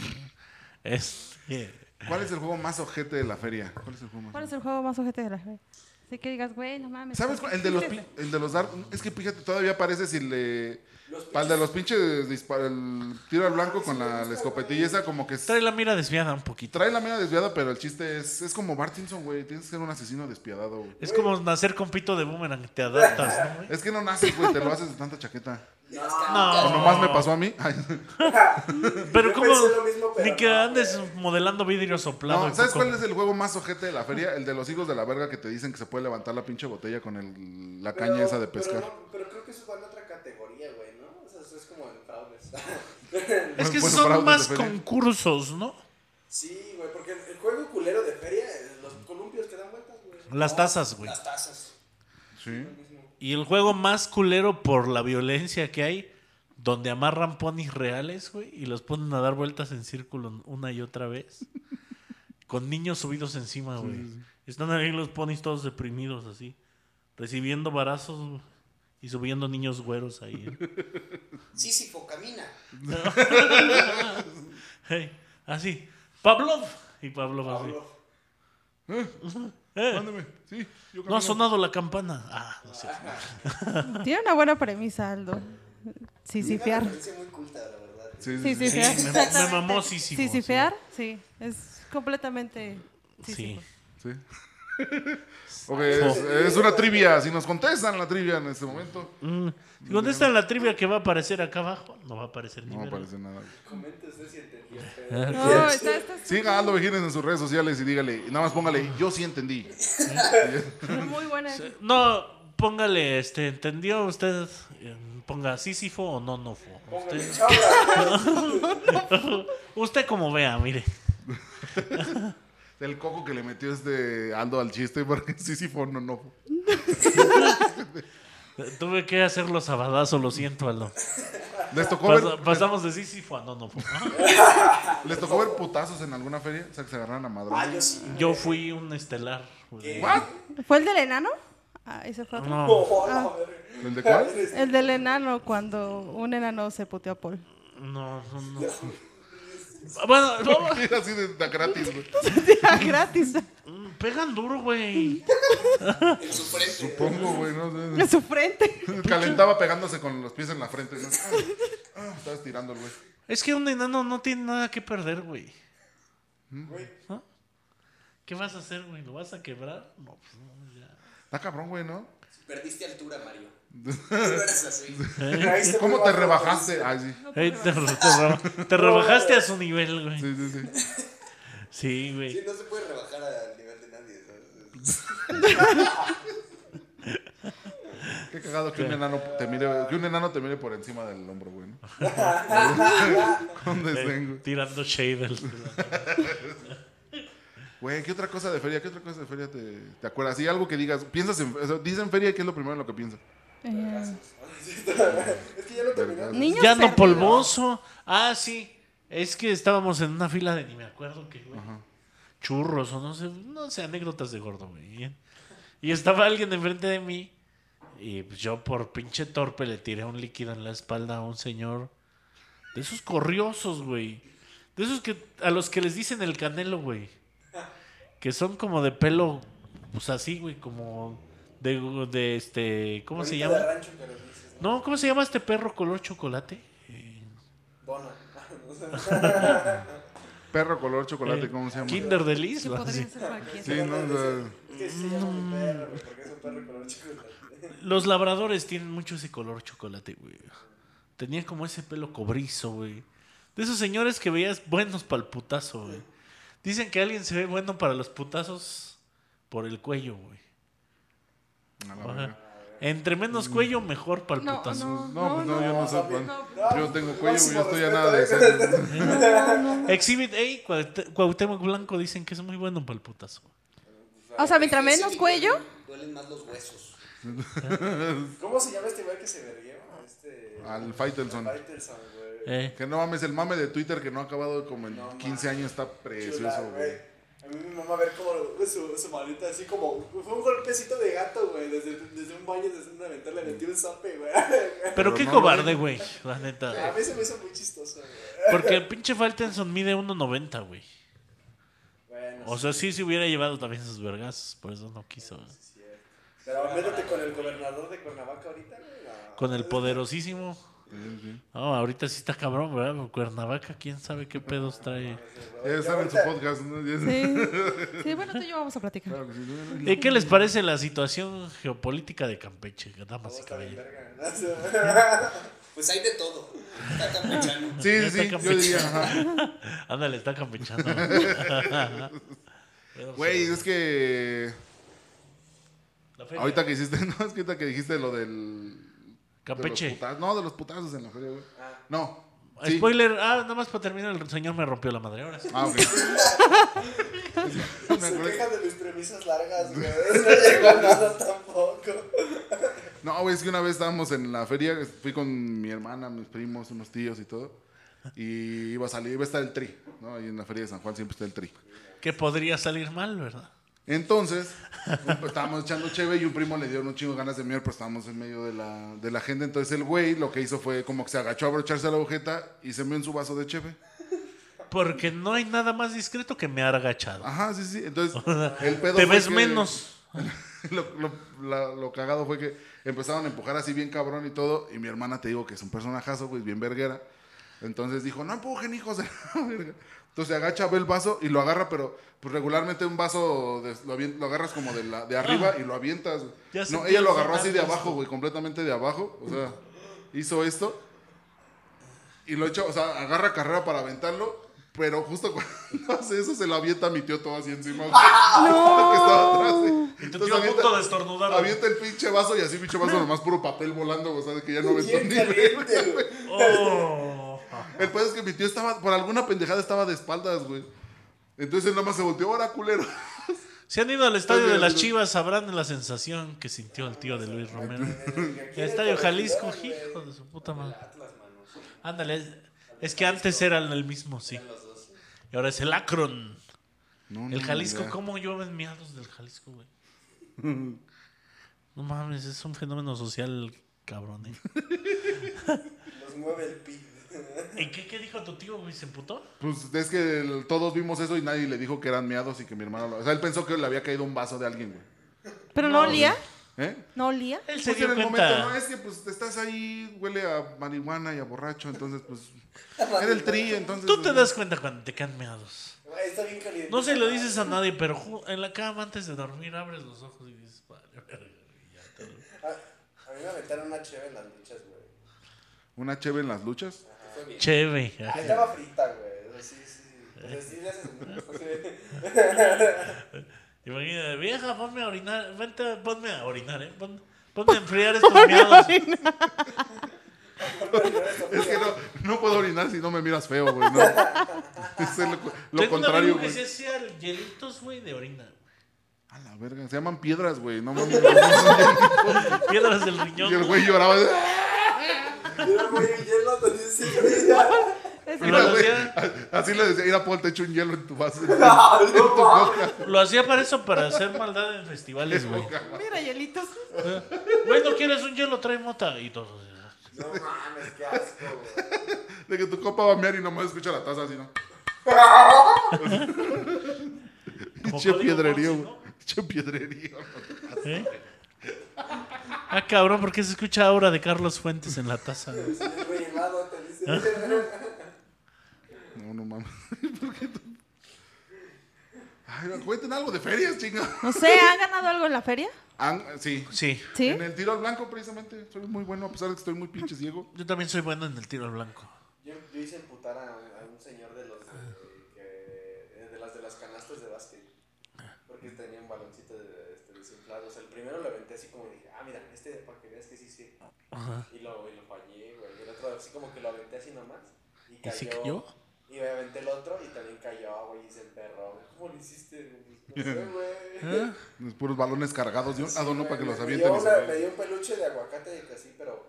A: Es, eh,
B: ¿Cuál es el juego más ojete de la feria? ¿Cuál es el juego más
C: ¿Cuál es
B: ojete?
C: el juego más ojete de la feria? Así que digas, güey, no mames.
B: ¿Sabes
C: ¿por
B: cuál?
C: qué
B: El de los, pi-
C: hiciste
B: el de los dar- Es que fíjate, todavía parece si le. Para el de los pinches. dispar- el tiro al blanco con la, la escopetilla esa, como que.
A: trae la mira desviada un poquito.
B: Trae la mira desviada, pero el chiste es. Es como Bart Simpson, güey. Tienes que ser un asesino despiadado, güey.
A: Es como nacer con pito de boomerang, te adaptas, ¿no, güey?
B: Es que no naces, güey. Te lo haces de tanta chaqueta.
A: No.
B: [LAUGHS] O nomás me pasó a mí. Ay,
A: Pero
E: Yo
A: como
E: pensé lo mismo, pero
A: ni que
E: no,
A: andes modelando vidrio soplado.
B: [LAUGHS] No,
A: y
B: ¿sabes
A: poco-
B: cuál es el juego más ojete de la feria? El de los hijos de la verga que te dicen que se puede levantar la pinche botella con el- la caña esa de pescar.
E: Pero, no, pero creo que eso va en otra categoría, güey, ¿no? O sea, eso es como en fraudes.
A: Es que
B: Bueno,
A: son
B: fraudes
A: más
B: de feria.
A: concursos, ¿no?
E: [LAUGHS] sí, güey, porque el juego culero de feria, eh, los columpios que dan vueltas, güey.
A: Las tazas, güey.
F: Las tazas.
B: Sí.
E: Lo mismo.
A: Y el juego más culero por la violencia que hay, donde amarran ponis reales, güey, y los ponen a dar vueltas en círculo una y otra vez, con niños subidos encima, güey. Están ahí los ponis todos deprimidos así, recibiendo varazos güey, y subiendo niños güeros ahí. ¿eh?
F: Sísifo, camina.
A: Hey, así, Pavlov. Y Pavlov así. Eh,
B: Mándame. Sí, yo
A: no
B: camino.
A: ha sonado la campana. Ah, no sé.
C: [LAUGHS] Tiene una buena premisa, Aldo. Sí, sí,
F: Una
C: fiar.
F: referencia muy culta, la verdad.
B: Sí,
C: Sí, sí,
A: Sí,
C: fiar.
A: me- me
C: Exactamente.
A: mamó sísifo,
C: Sí,
A: sí.
C: sí, fiar. Sí, es completamente.
A: Sí.
C: sísifo.
B: Sí. [LAUGHS] Ok, es, es una trivia. Si nos contestan la trivia en este momento,
A: Mm, Si contestan la trivia que va a aparecer acá abajo, no va a aparecer ni
B: no
A: verga.
B: aparece nada.
D: Comente usted si entendió.
C: No, está, está
B: Siga a Aldo Vejines en sus redes sociales y dígale, nada más póngale, yo sí entendí.
C: está muy buena.
A: No, póngale, este, ¿entendió usted? Eh, Ponga sísifo o no, no fue. Usted, [LAUGHS] usted como vea, mire.
B: El coco que le metió este Aldo al chiste, [LAUGHS] porque sí, sí, fue, no, no. fue.
A: Eh, Tuve que hacerlo sabadazo, lo siento, Aldo.
B: ¿Les tocó, ver,
A: Pas- pasamos de sísifo a no, no fue.
B: ¿Les tocó ver putazos en alguna feria? O sea, que se agarraran a
F: Ah,
B: madre.
F: yo sí.
A: Yo fui un estelar.
E: Eh,
A: güey.
E: [LAUGHS]
B: ¿What?
C: ¿Fue el del enano? Ah, ese fue otro.
A: No,
C: Ah,
B: ¿El de [LAUGHS] cuál?
C: el del enano cuando un enano se puteó a Paul. [LAUGHS]
A: no, no. no. Bueno, vamos-
B: Así de, de gratis, güey.
C: Gratis.
A: Mm, pegan duro, güey.
F: En su frente.
B: Supongo, güey, no
C: En
B: sé.
C: su frente.
B: [LAUGHS] Calentaba pegándose con los pies en la frente. ¿no? Ah, estaba estirando el güey.
A: Es que un enano no tiene nada que perder, güey. ¿No? ¿Qué vas a hacer, güey? ¿Lo vas a quebrar? No, pues no, ya.
B: Está cabrón, güey, ¿no?
F: Perdiste altura,
B: [LAUGHS]
F: Mario. No eres así.
B: ¿Cómo te rebajaste? Ay, sí.
A: Ey,
C: pues
A: te, re- te re- te rebajaste a su nivel, güey.
B: Sí, sí, sí.
A: Sí,
F: Sí,
A: güey.
F: no se puede rebajar al nivel de nadie, ¿sabes?
B: Qué cagado que un enano te mire, que un enano te mire por encima del hombro, güey. [LAUGHS] ¿no? Con desdén, güey.
A: Tirando shade. al-
B: Güey, ¿qué otra cosa de feria? ¿Qué otra cosa de feria te, te acuerdas? Sí, algo que digas, piensas en, o sea, dicen feria y qué es lo primero en lo que piensas.
C: Eh,
D: Es [LAUGHS] que ya lo terminé.
B: Vergas.
C: niños
A: ya no
C: perdidos.
A: polvoso. Ah, sí. Es que estábamos en una fila de ni me acuerdo qué, güey.
B: Ajá.
A: Churros o no sé, no sé, anécdotas de gordo, güey. Y estaba alguien enfrente de mí y pues, yo por pinche torpe le tiré un líquido en la espalda a un señor de esos corriosos, güey. De esos que a los que les dicen el canelo, güey. Que son como de pelo pues así, güey, como de, de este, ¿cómo se llama?
D: De rancho que les dices, ¿no?
A: No, ¿cómo se llama este perro color chocolate? Eh,
D: Bono. [LAUGHS] No sé.
B: Perro color chocolate,
A: eh,
B: ¿cómo se llama?
A: Kinder Delice.
C: Que
A: ¿no?
C: podría
A: Así.
C: ser cualquiera.
B: Sí, no, O sea,
D: Es que sí se llama mi perro, güey, porque es un perro color chocolate.
A: Los labradores tienen mucho ese color chocolate, güey. Tenía como ese pelo cobrizo, güey. De esos señores que veías buenos para el putazo, güey. Dicen que alguien se ve bueno para los putazos por el cuello, güey.
B: a la
A: Ajá.
B: verga.
A: Entre menos
B: Mm.
A: cuello, mejor para el
C: No,
A: putazo.
C: no.
B: No, pues no, yo no sé. pues. Yo tengo cuello, güey,
D: máximo
B: yo estoy a
D: respeto,
B: nada de
D: ¿eh?
B: ser.
A: Exhibit A, Cuaute- Cuauhtémoc Blanco, dicen que es muy bueno para el putazo.
C: O sea, mientras menos
F: Sí,
C: cuello.
F: Duelen más los huesos.
D: ¿Cómo se llama este güey que se vergueó? Este.
B: Al Faitelson.
D: Faitelson, güey.
A: Eh,
B: [LAUGHS] Que no mames, el mame de Twitter que no ha acabado como en
D: No mames.
B: 15 años está
D: Chula,
B: precioso,
D: güey.
B: güey.
D: A mí mi mamá ver como su, su manita así como. Fue un golpecito de gato, güey. Desde, desde un baño, desde una ventana le metió un zape, güey. [LAUGHS] A
A: pero
B: Pero
A: qué
B: no lo
A: cobarde, güey. La neta.
D: mí se me hizo muy chistoso, güey.
A: Porque el pinche Faltenson mide 1.90, güey.
D: Bueno,
A: O sea, sí se hubiera llevado también sus vergas. Por eso no quiso. güey.
D: sí, sí, eh. Pero métete con el gobernador de Cuernavaca ahorita, güey. no.
A: Con el poderosísimo. No, ahorita sí está cabrón, ¿verdad? Porque Cuernavaca, quién sabe qué pedos trae.
B: Ya están en su podcast, ¿no? Ya-
C: Sí. Sí, bueno, tú y yo vamos a platicar.
B: Claro que sí, no, no, no.
A: ¿Y qué les parece la situación geopolítica de Campeche, damas y caballeros?
D: [LAUGHS]
F: Pues hay de todo. Está
A: [LAUGHS]
F: campechano.
B: Sí,
A: está
B: sí, yo
A: campechano. [LAUGHS]
B: diría, ajá.
A: Ándale, está campechando. Pero,
B: [LAUGHS] Güey,
A: sí,
B: es que.
A: la feria.
B: Ahorita que hiciste, [LAUGHS] no, es que ahorita que dijiste lo del.
A: Campeche.
B: De los puta- no, de los putazos en la feria, güey. No. sí.
A: Spoiler, ah, nada más para terminar, el señor me rompió la madre ahora. sí.
B: Ah, ok. Me
D: Se
B: acuerdo-
F: [LAUGHS]
D: quejan de mis premisas largas, güey. No llegó a nada tampoco.
B: No, güey, es que una vez estábamos en la feria, fui con mi hermana, mis primos, unos tíos y todo. Y iba a salir, iba a estar el tri, ¿no? Y en la feria de San Juan siempre está el tri.
A: Que podría salir mal, ¿verdad?
B: Entonces, [LAUGHS] un- estábamos echando cheve y un primo le dio un chingo de ganas de mirar, pero estábamos en medio de la, de la gente. Entonces el güey lo que hizo fue como que se agachó a brocharse la agujeta y se meó en su vaso de cheve.
A: Porque no hay nada más discreto que me ha agachado.
B: Ajá, sí, sí.
A: [LAUGHS]
B: Entonces, el pedo
A: Te
B: fue
A: ves
B: que-
A: menos.
B: [LAUGHS] Lo, lo- la- lo cagado fue que empezaron a empujar así bien cabrón y todo. Y mi hermana, te digo que es un personajazo, güey, bien verguera. Entonces dijo, no empujen, hijos de la [LAUGHS] verga". Entonces se agacha, ve el vaso y lo agarra, pero pues, regularmente un vaso de- lo, avien- lo agarras como de, la, de arriba y lo avientas.
A: Ya
B: No,
A: sentí
B: ella lo
A: el
B: agarró así de
A: sonazo.
B: abajo, güey, completamente de abajo. O sea, hizo esto y lo echa, o sea, agarra carrera para aventarlo. Pero justo cuando [LAUGHS] hace eso, se lo avienta a mi tío todo así
F: [LAUGHS]
B: encima.
F: ¡Ah,
B: [LAUGHS] Que estaba atrás, güey.
A: Y tu
B: Entonces
A: tío a
B: avienta-
A: punto de estornudar.
B: Avienta el pinche vaso y así pinche vaso nomás puro papel volando, o sea, de que ya no aventó
F: Bien
B: ni
F: caliente, güey.
A: Oh.
B: El pedo es que mi tío estaba, por alguna pendejada estaba de espaldas, güey. Entonces él nomás se volteó, ahora culero.
A: Si han ido al estadio
B: Oye,
A: de las
B: oye.
A: Chivas, sabrán la sensación que sintió el tío de Luis
B: [LAUGHS]
A: Romero. El estadio Jalisco, hijo de su puta madre. Ándale, es- es que antes eran el mismo, sí. Y ahora es el Akron.
B: No, no,
A: El Jalisco,
B: Mm, ya.
A: ¿cómo llueven miados del Jalisco,
B: [LAUGHS]
A: güey? No mames, es un fenómeno social, cabrón.
B: [LAUGHS]
A: ¿eh?
F: Los mueve el pi.
A: ¿Y qué, qué dijo tu tío, güey? ¿Se emputó?
B: Pues es que el- todos vimos eso y nadie le dijo que eran meados y que mi hermano lo- O sea, él pensó que le había caído un vaso de alguien, güey.
C: Pero no, olía,
B: ¿Eh?
C: no olía.
A: Él se
B: Pues
A: dio
B: en el
A: cuenta.
B: momento, no, es que pues estás ahí, huele a marihuana y a borracho, entonces pues... Era el tri, entonces...
A: Tú te
B: pues,
A: das cuenta cuando te quedan meados.
F: Güey, Está bien caliente.
A: No se lo dices a nadie, pero ju- en la cama antes de dormir abres los ojos y dices, vale, verga", y ya te duermes.
F: A, a mí me aventaron una chévere en las luchas, güey.
B: ¿Una cheve en las luchas?
A: Chévere.
F: Estaba frita, güey. Sí, sí.
A: Eh.
F: Pero sí, le haces
A: Imagínate, vieja, ponme a orinar, vente, ponme a orinar, eh. Pon- ponme a enfriar estos
B: [LAUGHS]
A: meados.
B: Es que no, no puedo orinar si no me miras feo, güey. No.
A: [LAUGHS]
B: Es el- lo
A: Tengo un
B: contrario,
A: amigo que se
B: güey.
A: hacía hielitos, güey, de orina. güey.
B: A la verga, se llaman piedras, güey.
A: [LAUGHS]
B: No mames.
A: Piedras del
B: Y
A: riñón.
B: el güey lloraba. de-
F: Yo güey, el hielo también se fría.
A: Lo
B: Mira, güey,
A: hacía-
B: Así le decía, mira, Paul, te echo un hielo en tu
A: [LAUGHS]
B: vaso. En tu boca.
A: Lo hacía para eso, para hacer maldad en festivales, güey.
C: Mira, hielitos.
A: Güey, ¿no quieres un hielo? Trae mota. Y todo.
F: No mames, qué asco, güey.
B: De que tu copa va a mear y nomás escucha la taza así,
A: [LAUGHS]
B: ¿no? Pinche
A: Código
B: piedrerío,
A: Morse,
B: güey. Pinche piedrerío.
A: ¿Eh? Ah, cabrón, ¿por qué se escucha ahora de Carlos Fuentes en la taza? güey?
F: Sí, güey, helado te dice.
B: No, no mames. [LAUGHS] ¿Por qué tú? Ay, cuenten algo de ferias, chinga.
C: No sé, ¿ha ganado algo en la feria?
B: Ah, sí.
A: Sí.
C: Sí.
B: En el tiro al blanco, precisamente. Soy muy bueno, a pesar de que estoy muy pinche ciego.
A: Yo también soy bueno en el tiro al blanco.
E: Yo, yo hice emputar a, un- a un señor de los de, que- eh, de las de las canastas de básquet. Porque tenía un baloncito de, este, desinflado. O sea, el primero lo aventé así como dije, ah, mira, este para que veas que sí sirve.
A: Ajá.
E: Y lo, y lo fallé, güey. Y el otro así como que lo aventé así nomás. Y
A: ¿Y
E: cayó.
A: sí cayó?
E: Y me aventé el otro y también cayó, güey, y se emperró. ¿Cómo lo hiciste? No
A: [LAUGHS]
E: sé, güey.
A: ¿Ah?
B: Los puros balones cargados de un adorno Ah, para que los
E: Me
B: avienten.
E: dio,
B: y se
E: una-
B: vayan.
E: me dio un peluche de aguacate y así, pero.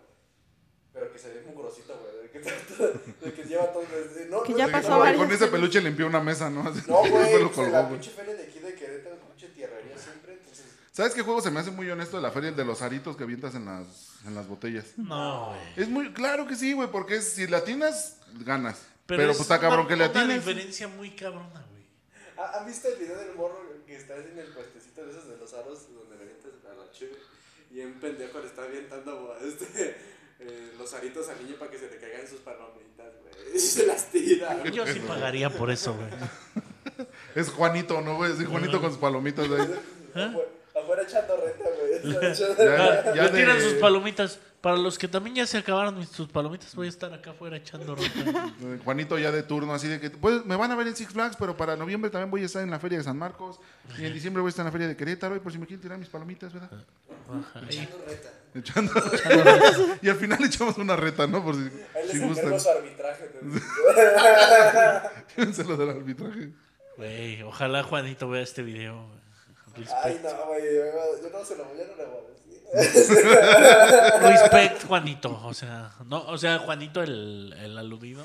E: Pero que se ve muy grosito, güey. De que, [LAUGHS] de que lleva todo. de- no,
C: Que
E: no,
C: ya
E: no,
B: Sí,
C: pasó
E: no,
B: como que
C: varias
B: con ese
C: veces.
B: peluche limpió una mesa, ¿no? [LAUGHS] Así,
E: No,
B: después
E: güey.
B: lo
E: pues,
B: colgó,
E: la
B: güey.
E: pinche feria de aquí de Querétaro, pinche tierrería siempre. Entonces,
B: ¿Sabes qué juego se me hace muy honesto de la feria? El de los aritos que avientas en las, en las botellas.
A: No, güey.
B: Es muy, claro que sí, güey, porque es- si latinas, ganas. Pero,
A: es
B: pues está cabrón
A: una-
B: que le
A: Una
B: atines.
A: diferencia muy cabrona, güey.
E: ¿ha- ¿Han visto el video del morro que está en el puestecito de esos de los aros donde le avientas a la chive? Y un pendejo le está avientando este, eh, los aritos al niño para que se le caigan sus palomitas, güey. [LAUGHS] Y se las tira. güey.
A: Yo sí pagaría por eso, güey.
B: Es Juanito, ¿no, güey? Sí, Juanito con sus palomitas
E: [LAUGHS]
B: ahí.
F: Afuera- Afuera echando reta, güey.
B: Ya-
A: Ah,
B: ya
A: le tiran
B: de-
A: sus palomitas. Para los que también ya se acabaron mis- sus palomitas, voy a estar acá afuera echando [LAUGHS] ropa.
B: Eh, Juanito ya de turno, así de que pues, me van a ver en Six Flags, pero para noviembre también voy a estar en la feria de San Marcos. Y en diciembre voy a estar en la feria de Querétaro. Y por si me quieren tirar mis palomitas, ¿verdad?
F: Echando reta.
B: Echando. [LAUGHS] y al final echamos una reta, ¿no? Por si,
F: Ahí
B: si
F: les
B: gustan. [LAUGHS]
F: encargo su arbitraje. güey.
B: Llévenselo del arbitraje.
A: Güey, ojalá Juanito vea este video. güey.
F: Ay, no, güey. Yo no se lo voy, yo no le voy a decir.
A: Respect, Juanito. O sea, no, o sea, Juanito el, el aludido.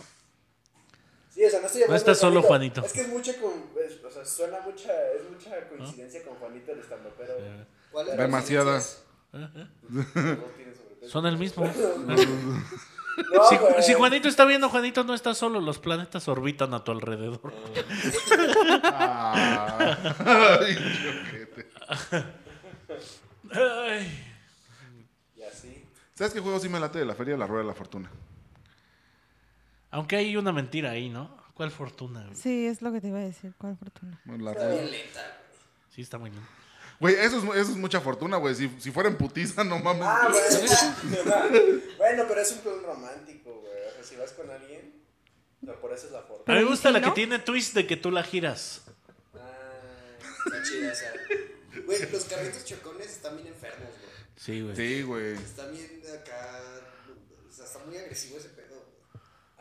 E: Sí, o sea, no estoy hablando
A: está
E: de
A: solo Juanito.
E: Es que es mucha, con- es- o sea, suena mucha, es mucha coincidencia con Juanito el estando, pero
F: ¿Cuál es
B: Demasiada.
E: los dos tienen sobrepeso.
A: Son el [LAUGHS] mismo.
E: No,
A: Si,
E: güey.
A: si Juanito está viendo, Juanito no está solo. Los planetas orbitan a tu alrededor.
B: Ah. [LAUGHS] Ay, choquete.
A: Ay.
E: Y así.
B: ¿Sabes qué juego sí me late de la feria? La rueda de la fortuna.
A: Aunque hay una mentira ahí, ¿no? ¿Cuál fortuna? güey?
C: Sí, es lo que te iba a decir. ¿Cuál fortuna?
B: La
E: Está
B: rueda.
E: bien lenta.
A: Sí, está muy bien.
B: Güey, eso es, eso es mucha fortuna, güey. Si, si fuera en putiza, no mames.
E: Ah, bueno. Ah,
F: [LAUGHS]
E: [LAUGHS] bueno, pero es un plan romántico, güey. O sea, si vas con alguien, no, por eso es la forma.
A: A mí
C: Pero
A: me
C: ¿y
A: gusta
C: si
A: la que
C: no?
A: tiene twist de que tú la giras.
E: Ah,
F: Está chida esa. Güey, los carritos chocones están bien enfermos, güey.
A: Sí, güey.
B: Sí, güey.
F: Están bien acá. O sea, está muy agresivo ese pedo, güey.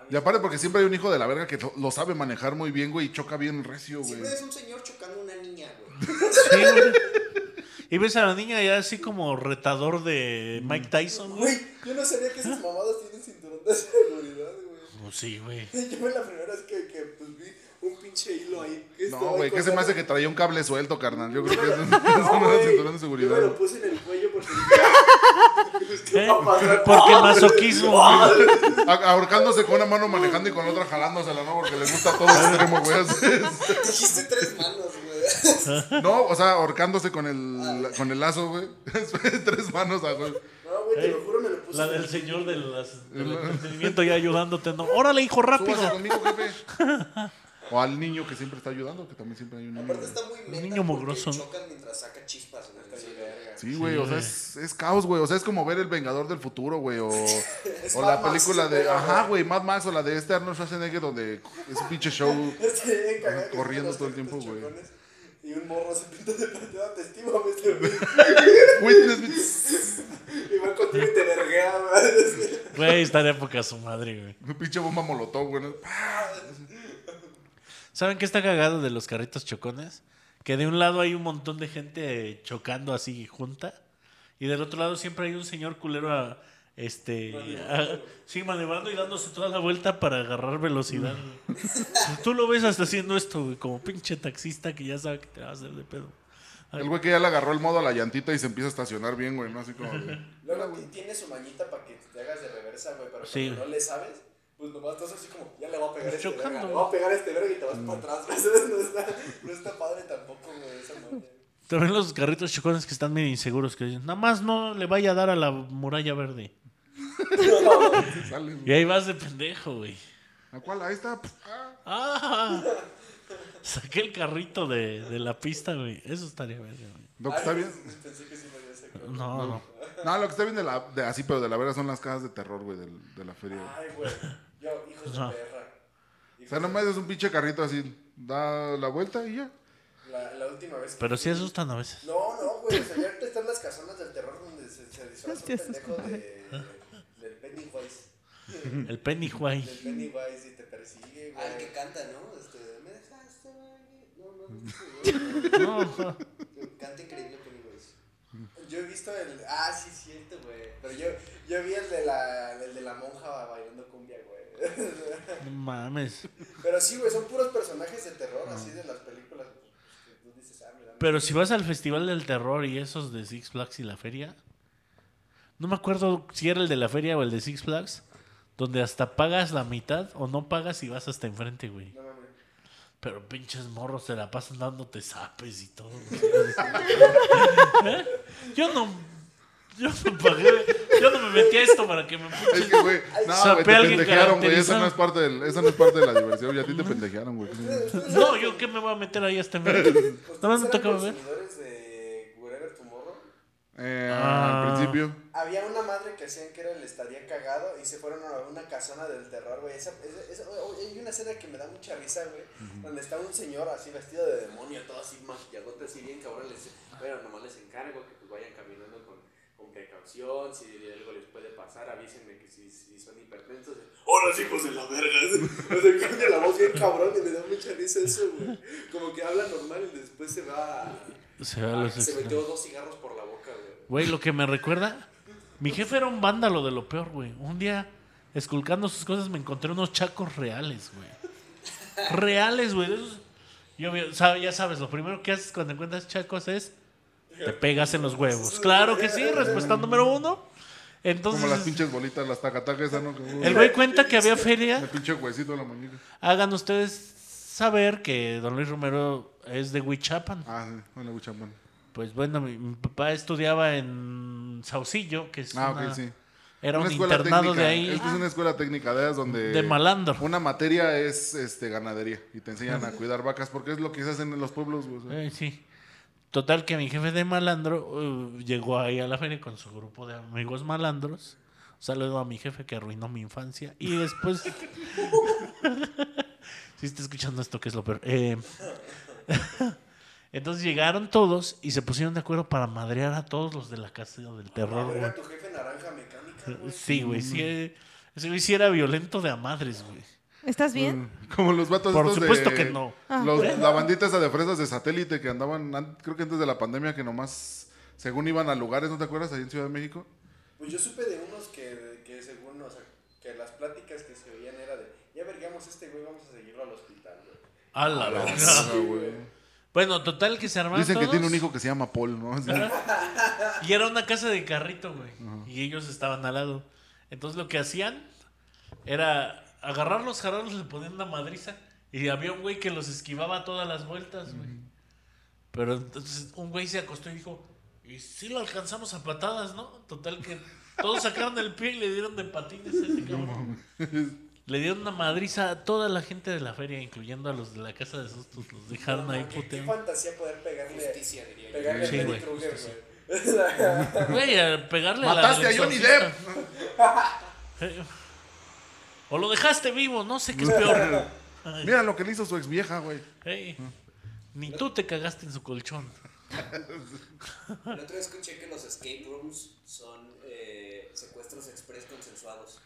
B: Y aparte porque siempre hay un hijo de la verga que lo- lo sabe manejar muy bien, güey, y choca bien recio, güey.
F: Siempre es un señor chocando a una niña, güey.
A: Sí, güey. Y ves a la niña ya así como retador de Mike Tyson, güey.
E: Güey, yo no sabía que
B: Ah.
E: esas mamadas tienen cinturón de seguridad, güey.
A: Pues sí, güey.
E: Yo fue la primera vez que, que pues, vi un pinche hilo ahí. que
B: No,
E: estaba
B: güey, ¿qué se me
E: colgado.
B: hace que traía un cable suelto, carnal? Yo creo que es un [LAUGHS]
E: No, güey.
B: cinturón de
E: Yo
B: seguridad.
E: me lo
B: güey.
E: puse en el cuello
B: [LAUGHS]
E: porque
A: ¿Eh? Porque masoquismo.
B: A- Ahorcándose con una mano manejando y con la otra jalándosela, ¿no? Porque le gusta todo este extremo, güey. [LAUGHS] así
F: Dijiste tres manos, güey.
B: es. No, o sea, ahorcándose con el, con el lazo, güey. [LAUGHS] Tres manos, ah, güey.
E: No, güey, te lo juro, me lo puse.
A: La
E: en
A: del
E: el-
A: señor del, as- del entretenimiento ya ayudándote. No. Órale, hijo, rápido.
B: Súbase conmigo, jefe. O al niño que siempre está ayudando, que también siempre hay un niño.
F: Aparte está muy meta.
A: niño
F: porque
A: mugroso, ¿no?
F: Chocan mientras saca chispas,
E: [LAUGHS]
F: güey. Está bien verga.
B: Sí, güey, o sea,
A: güey.
B: es, es caos, güey. O sea, es como ver El Vengador del Futuro, güey. O, o
E: Mad
B: la
E: Max,
B: película de.
E: pero,
B: Ajá, güey, Mad Max o la de este Arnold Schwarzenegger, donde es un pinche show.
E: Está bien cagado que
B: Corriendo
E: son
B: todo el
E: los
B: tiempo, güey.
E: chocones Y un morro se pinta de [LAUGHS] plateado, te estimo, güey, este güey.
B: Witness, bitch.
E: Y va contigo y te verguea, [LAUGHS] güey.
A: Güey, estaría poca su madre, güey.
B: Un pinche bomba molotov, güey.
A: ¿Saben qué está cagado de los carritos chocones? Que de un lado hay un montón de gente chocando así junta. Y del otro lado siempre hay un señor culero a- este, a- sí, maniobrando y dándose toda la vuelta para agarrar velocidad. güey. Tú lo ves hasta haciendo esto, güey, como pinche taxista que ya sabe que te va a hacer de pedo.
B: El güey que ya le agarró el modo a la llantita y se empieza a estacionar bien, güey, ¿no? Así como. de-
E: Luego ti- tiene su mañita para que te hagas de reversa, güey, pero
A: Sí.
E: cuando no le sabes, pues nomás estás así como, ya le voy a pegar a este
A: Chocando.
E: verga, le voy a pegar a este verga y te vas para atrás, [LAUGHS] güey. ¿sabes? No está, no está padre tampoco, güey, esa madre.
A: También los carritos chocones que están medio inseguros, que dicen, nada más no le vaya a dar a la muralla verde.
B: Sale, güey.
A: Y ahí vas de pendejo, güey.
B: ¿A cuál? Ahí está. pf, ah.
A: ¡Ah! Saqué el carrito de, de la pista, güey. Eso estaría verga, güey.
B: Lo que está bien.
E: pues, Pensé que sí me había sacado.
A: No, no.
B: No, lo que está bien de la. de- así, pero de la verga son las cajas de terror, güey, del- de, la feria. güey.
E: Ay, güey, yo, hijos de
A: No.
E: perra.
B: O sea, nomás es un pinche carrito así. Da la vuelta y ya.
E: La, la última vez que
A: Pero sí
E: fui-
A: asustan a veces.
E: No, no, güey. O sea, ya ahorita están las casonas del terror donde se,
A: [LAUGHS]
E: se disfraza
C: Sí, eso
E: un
C: es
E: pendejo de, del Pennywise.
A: El Pennywise.
E: Del Pennywise y te persigue, güey.
F: Al que canta, ¿no? Este, me dejaste, güey. No, no, no. güey.
A: No, ajá.
B: [LAUGHS]
F: Canta increíble, Pennywise.
E: Yo he visto el. Ah, sí, es cierto, güey. Pero yo, yo vi el de, la, el de la monja bailando cumbia, güey.
A: no mames.
E: Pero sí, güey, son puros personajes de
A: Ah.
E: terror, así de las películas. pues, que Tú dices, ah, mira.
A: Pero si vas al Festival del Terror y esos de Six Flags y la feria, no me acuerdo si era el de la feria o el de Six Flags, donde hasta pagas la mitad o no pagas y vas hasta enfrente, güey.
E: No mames.
A: Pero pinches morros se la pasan dándote zapes y todo.
E: [LAUGHS]
A: güey. ¿Eh? Yo no. Yo no pagué. Yo no me metí a esto para
E: [LAUGHS]
A: que me
B: Es
A: pinches.
B: que, güey, no,
A: Sapé
B: güey, te
A: a alguien
B: pendejearon, güey. Esa
A: caracterizado.
B: no, es parte del, esa no es parte de la diversión. Y a ti te pendejearon, güey.
A: No, yo qué me voy a meter ahí hasta enfrente.
E: ¿Ustedes
A: Nada más me
E: eran
A: toca ver.
E: consumidores de Wherever Tomorrow?
B: Eh,
A: Ah.
B: Al principio.
E: Había una madre que hacían que era el estaría cagado y se fueron a una casona del terror, güey. Esa, esa- esa- o- hay una escena que me da mucha risa, güey. Donde está un señor así vestido de demonio, todo así maquilladote, así bien cabrón. Les,
D: Pero nomás les encargo que pues vayan caminando con, con precaución, si algo les puede pasar, avísenme que si, si son hipertensos.
E: ¡Hola, hijos de la verga! [LAUGHS] O sea, cambia la voz bien cabrón y me da mucha risa eso, güey. Como que habla normal y después se va. a-
A: Se va a
E: a-
A: los
E: Ah, se
A: extremos.
E: metió dos cigarros por la boca, güey.
A: Güey, lo que me recuerda, mi jefe era un vándalo de lo peor, güey. Un día, esculcando sus cosas, me encontré unos chacos reales, güey. Reales, güey. de esos- Yo, vi- sabe- ya sabes, lo primero que haces cuando encuentras chacos es te pegas en los huevos. Claro que sí, respuesta número uno.
B: Como las
A: Entonces,
B: pinches bolitas, las tacatacas, esa, ¿no? Que- uh,
A: el güey cuenta que había feria
B: El pinche huesito de la muñeca.
A: hagan ustedes saber que don Luis Romero es de Huichapan.
B: Ah, sí, bueno, Buchampán.
A: Pues bueno, mi, mi papá estudiaba en Saucillo, que es
B: Ah,
A: una-
B: ok, sí.
A: era un
B: Una escuela
A: internado
B: técnica.
A: de ahí.
B: Es que es una escuela técnica de esas donde.
A: De malandro.
B: Una materia es este, ganadería y te enseñan a cuidar vacas porque es lo que se hacen en los pueblos, güey. o sea.
A: Eh, sí. Total que mi jefe de malandro eh, llegó ahí a la feria con su grupo de amigos malandros. Un saludo a mi jefe que arruinó mi infancia. Y después... [LAUGHS] si está escuchando esto, que es lo peor. Eh, [LAUGHS] Entonces llegaron todos y se pusieron de acuerdo para madrear a todos los de la casa del terror, güey.
E: Ah, Era tu jefe naranja mecánica, güey.
A: Sí, güey. Sí, eh, ese güey sí era violento de amadres, güey.
C: ¿Estás
A: Mm,
C: bien?
B: [LAUGHS] Como los vatos
A: Por
B: estos de-
A: supuesto que no.
C: Ah.
B: los- la bandita esa de fresas de satélite que andaban, an- creo que antes de la pandemia, que nomás, según iban a lugares, ¿no te acuerdas? Ahí en Ciudad de México.
E: Pues yo supe de unos que, que según, o sea, que las pláticas que se oían era de, ya vergamos a este güey, vamos a seguirlo al hospital, güey.
A: A la verga. Bueno, total que se armaron
B: Ah, Dicen que
A: Ah. todos.
B: tiene un hijo que se llama Paul, ¿no? Así- [LAUGHS]
A: Y era una casa de carrito, güey. Y ellos estaban al lado. Entonces lo que hacían era agarrarlos, jalarlos, le ponían una madriza. Y había un güey que los esquivaba a todas las vueltas, güey. Pero entonces un güey se acostó y dijo, y sí lo alcanzamos a patadas, ¿no? Total que todos sacaron el pie y le dieron de patines a ese cabrón. Le dieron una madriza a toda la gente de la feria, incluyendo a los de la casa de sustos. Los dejaron Ah, ahí
E: Qué- Qué
A: puteando.
E: fantasía poder pegarle,
F: Justicia, diría yo.
E: pegarle
A: Sí,
E: a Freddy
A: güey,
E: Krueger,
A: justicia.
E: güey. [LAUGHS] O sea,
A: Güey, a pegarle a
B: Mataste a
A: la del
B: Johnny
A: exorcista.
B: Depp.
A: Eh, O lo dejaste vivo, no sé qué es peor. Ay,
B: Mira lo que le hizo su ex vieja, güey.
A: ey, ni tú te cagaste en su colchón.
F: La otra vez escuché que los escape rooms son eh, secuestros express consensuados.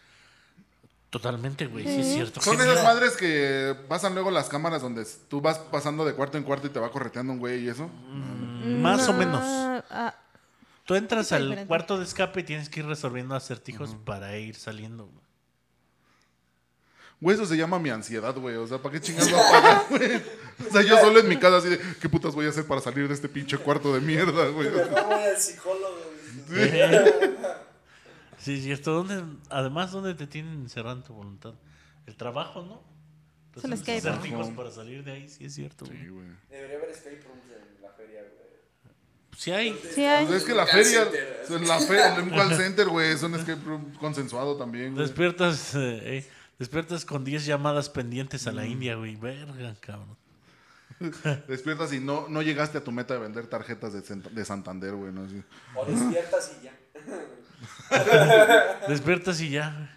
A: Totalmente, güey, sí es cierto.
B: Son
A: Sí,
B: esas
A: mira,
B: madres que pasan luego las cámaras donde tú vas pasando de cuarto en cuarto y te va correteando un güey y eso.
A: Más o menos.
C: Ah, ah,
A: Tú entras
C: Está
A: al
C: diferente.
A: cuarto de escape y tienes que ir resolviendo acertijos para ir saliendo. güey.
B: Güey, eso se llama mi ansiedad, güey. O sea, ¿para qué chingados va a pagar, [LAUGHS] güey? O sea, yo solo en mi casa así de, ¿qué putas voy a hacer para salir de este pinche cuarto de mierda, güey?
E: mejor voy al psicólogo, güey.
A: [LAUGHS] Sí, es cierto. ¿Dónde, además, ¿dónde te tienen encerrando tu voluntad? El trabajo, ¿no?
C: Es el
A: Resuelves
C: escape, ¿no?
A: acertijos para salir de ahí, sí es cierto. güey.
B: Sí, güey.
E: Debería haber escape rooms en la feria, güey.
A: Sí hay.
C: sí
B: O
C: hay.
B: sea, Pues es que la
E: Call
B: feria,
E: center.
B: o sea, la feria, un call center, güey, es un escape room consensuado también, güey.
A: Despiertas, eh, eh, despiertas con 10 llamadas pendientes
B: Mm.
A: a la India, güey. Verga, cabrón.
B: Despiertas y no, no llegaste a tu meta de vender tarjetas de, Cent- de Santander, güey. ¿no? Así.
E: O despiertas
B: [LAUGHS]
E: y ya.
A: Despiertas y ya.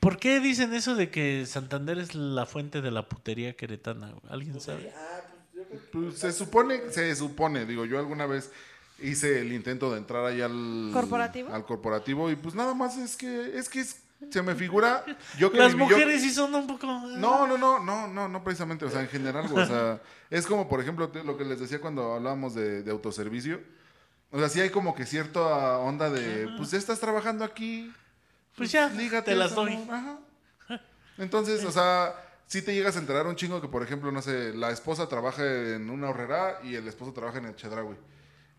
A: ¿Por qué dicen eso de que Santander es la fuente de la putería queretana? güey? ¿Alguien sabe?
E: Ah, pues yo creo que...
B: Pues, se supone, se supone, digo, yo alguna vez hice el intento de entrar ahí al
C: ¿Corporativo?
B: al corporativo y pues nada más es que es que es- se me figura yo que
A: Las
B: viví- yo-
A: mujeres sí son un poco... ah,
B: No, no, no, no, no, no precisamente, o sea, en general, güey,
A: [LAUGHS]
B: o sea, es como, por ejemplo, te- lo que les decía cuando hablábamos de, de autoservicio, o sea, sí hay como que cierta onda de, pues ya estás trabajando aquí,
A: Pues ya,
B: lígate
A: te las
B: esa,
A: doy.
B: ¿no? Ajá. Entonces, o sea, si te llegas a enterar un chingo que, por ejemplo, no sé, la esposa trabaja en una horrera y el esposo trabaja en el Chedraui.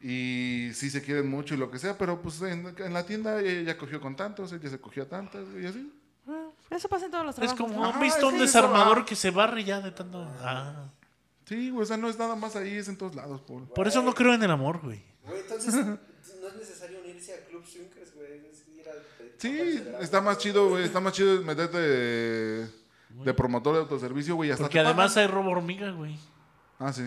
B: Y sí se quieren mucho y lo que sea, pero pues en, en la tienda ella ya cogió con tantos, ella se cogió a tantas, güey, y así.
C: Ah, Eso pasa en todos los
A: Es
C: trabajos.
A: como,
C: ¿no?
A: ¿han
B: Ajá,
A: visto
B: es
A: un
B: que eso,
A: desarmador
B: ah.
A: que se barre ya de tanto...? Ah.
B: Sí, güey, o sea, no es nada más ahí, es en todos lados, Paul.
A: Por eso no creo en el amor, güey.
E: Güey, entonces no es necesario unirse a Club Swingers, güey. Es ir al...
B: Sí, está más chido, güey, está más chido meterte de, de promotor de autoservicio, güey, y hasta
A: Porque
B: te pagan.
A: además hay robo hormiga, güey.
B: Ah, sí.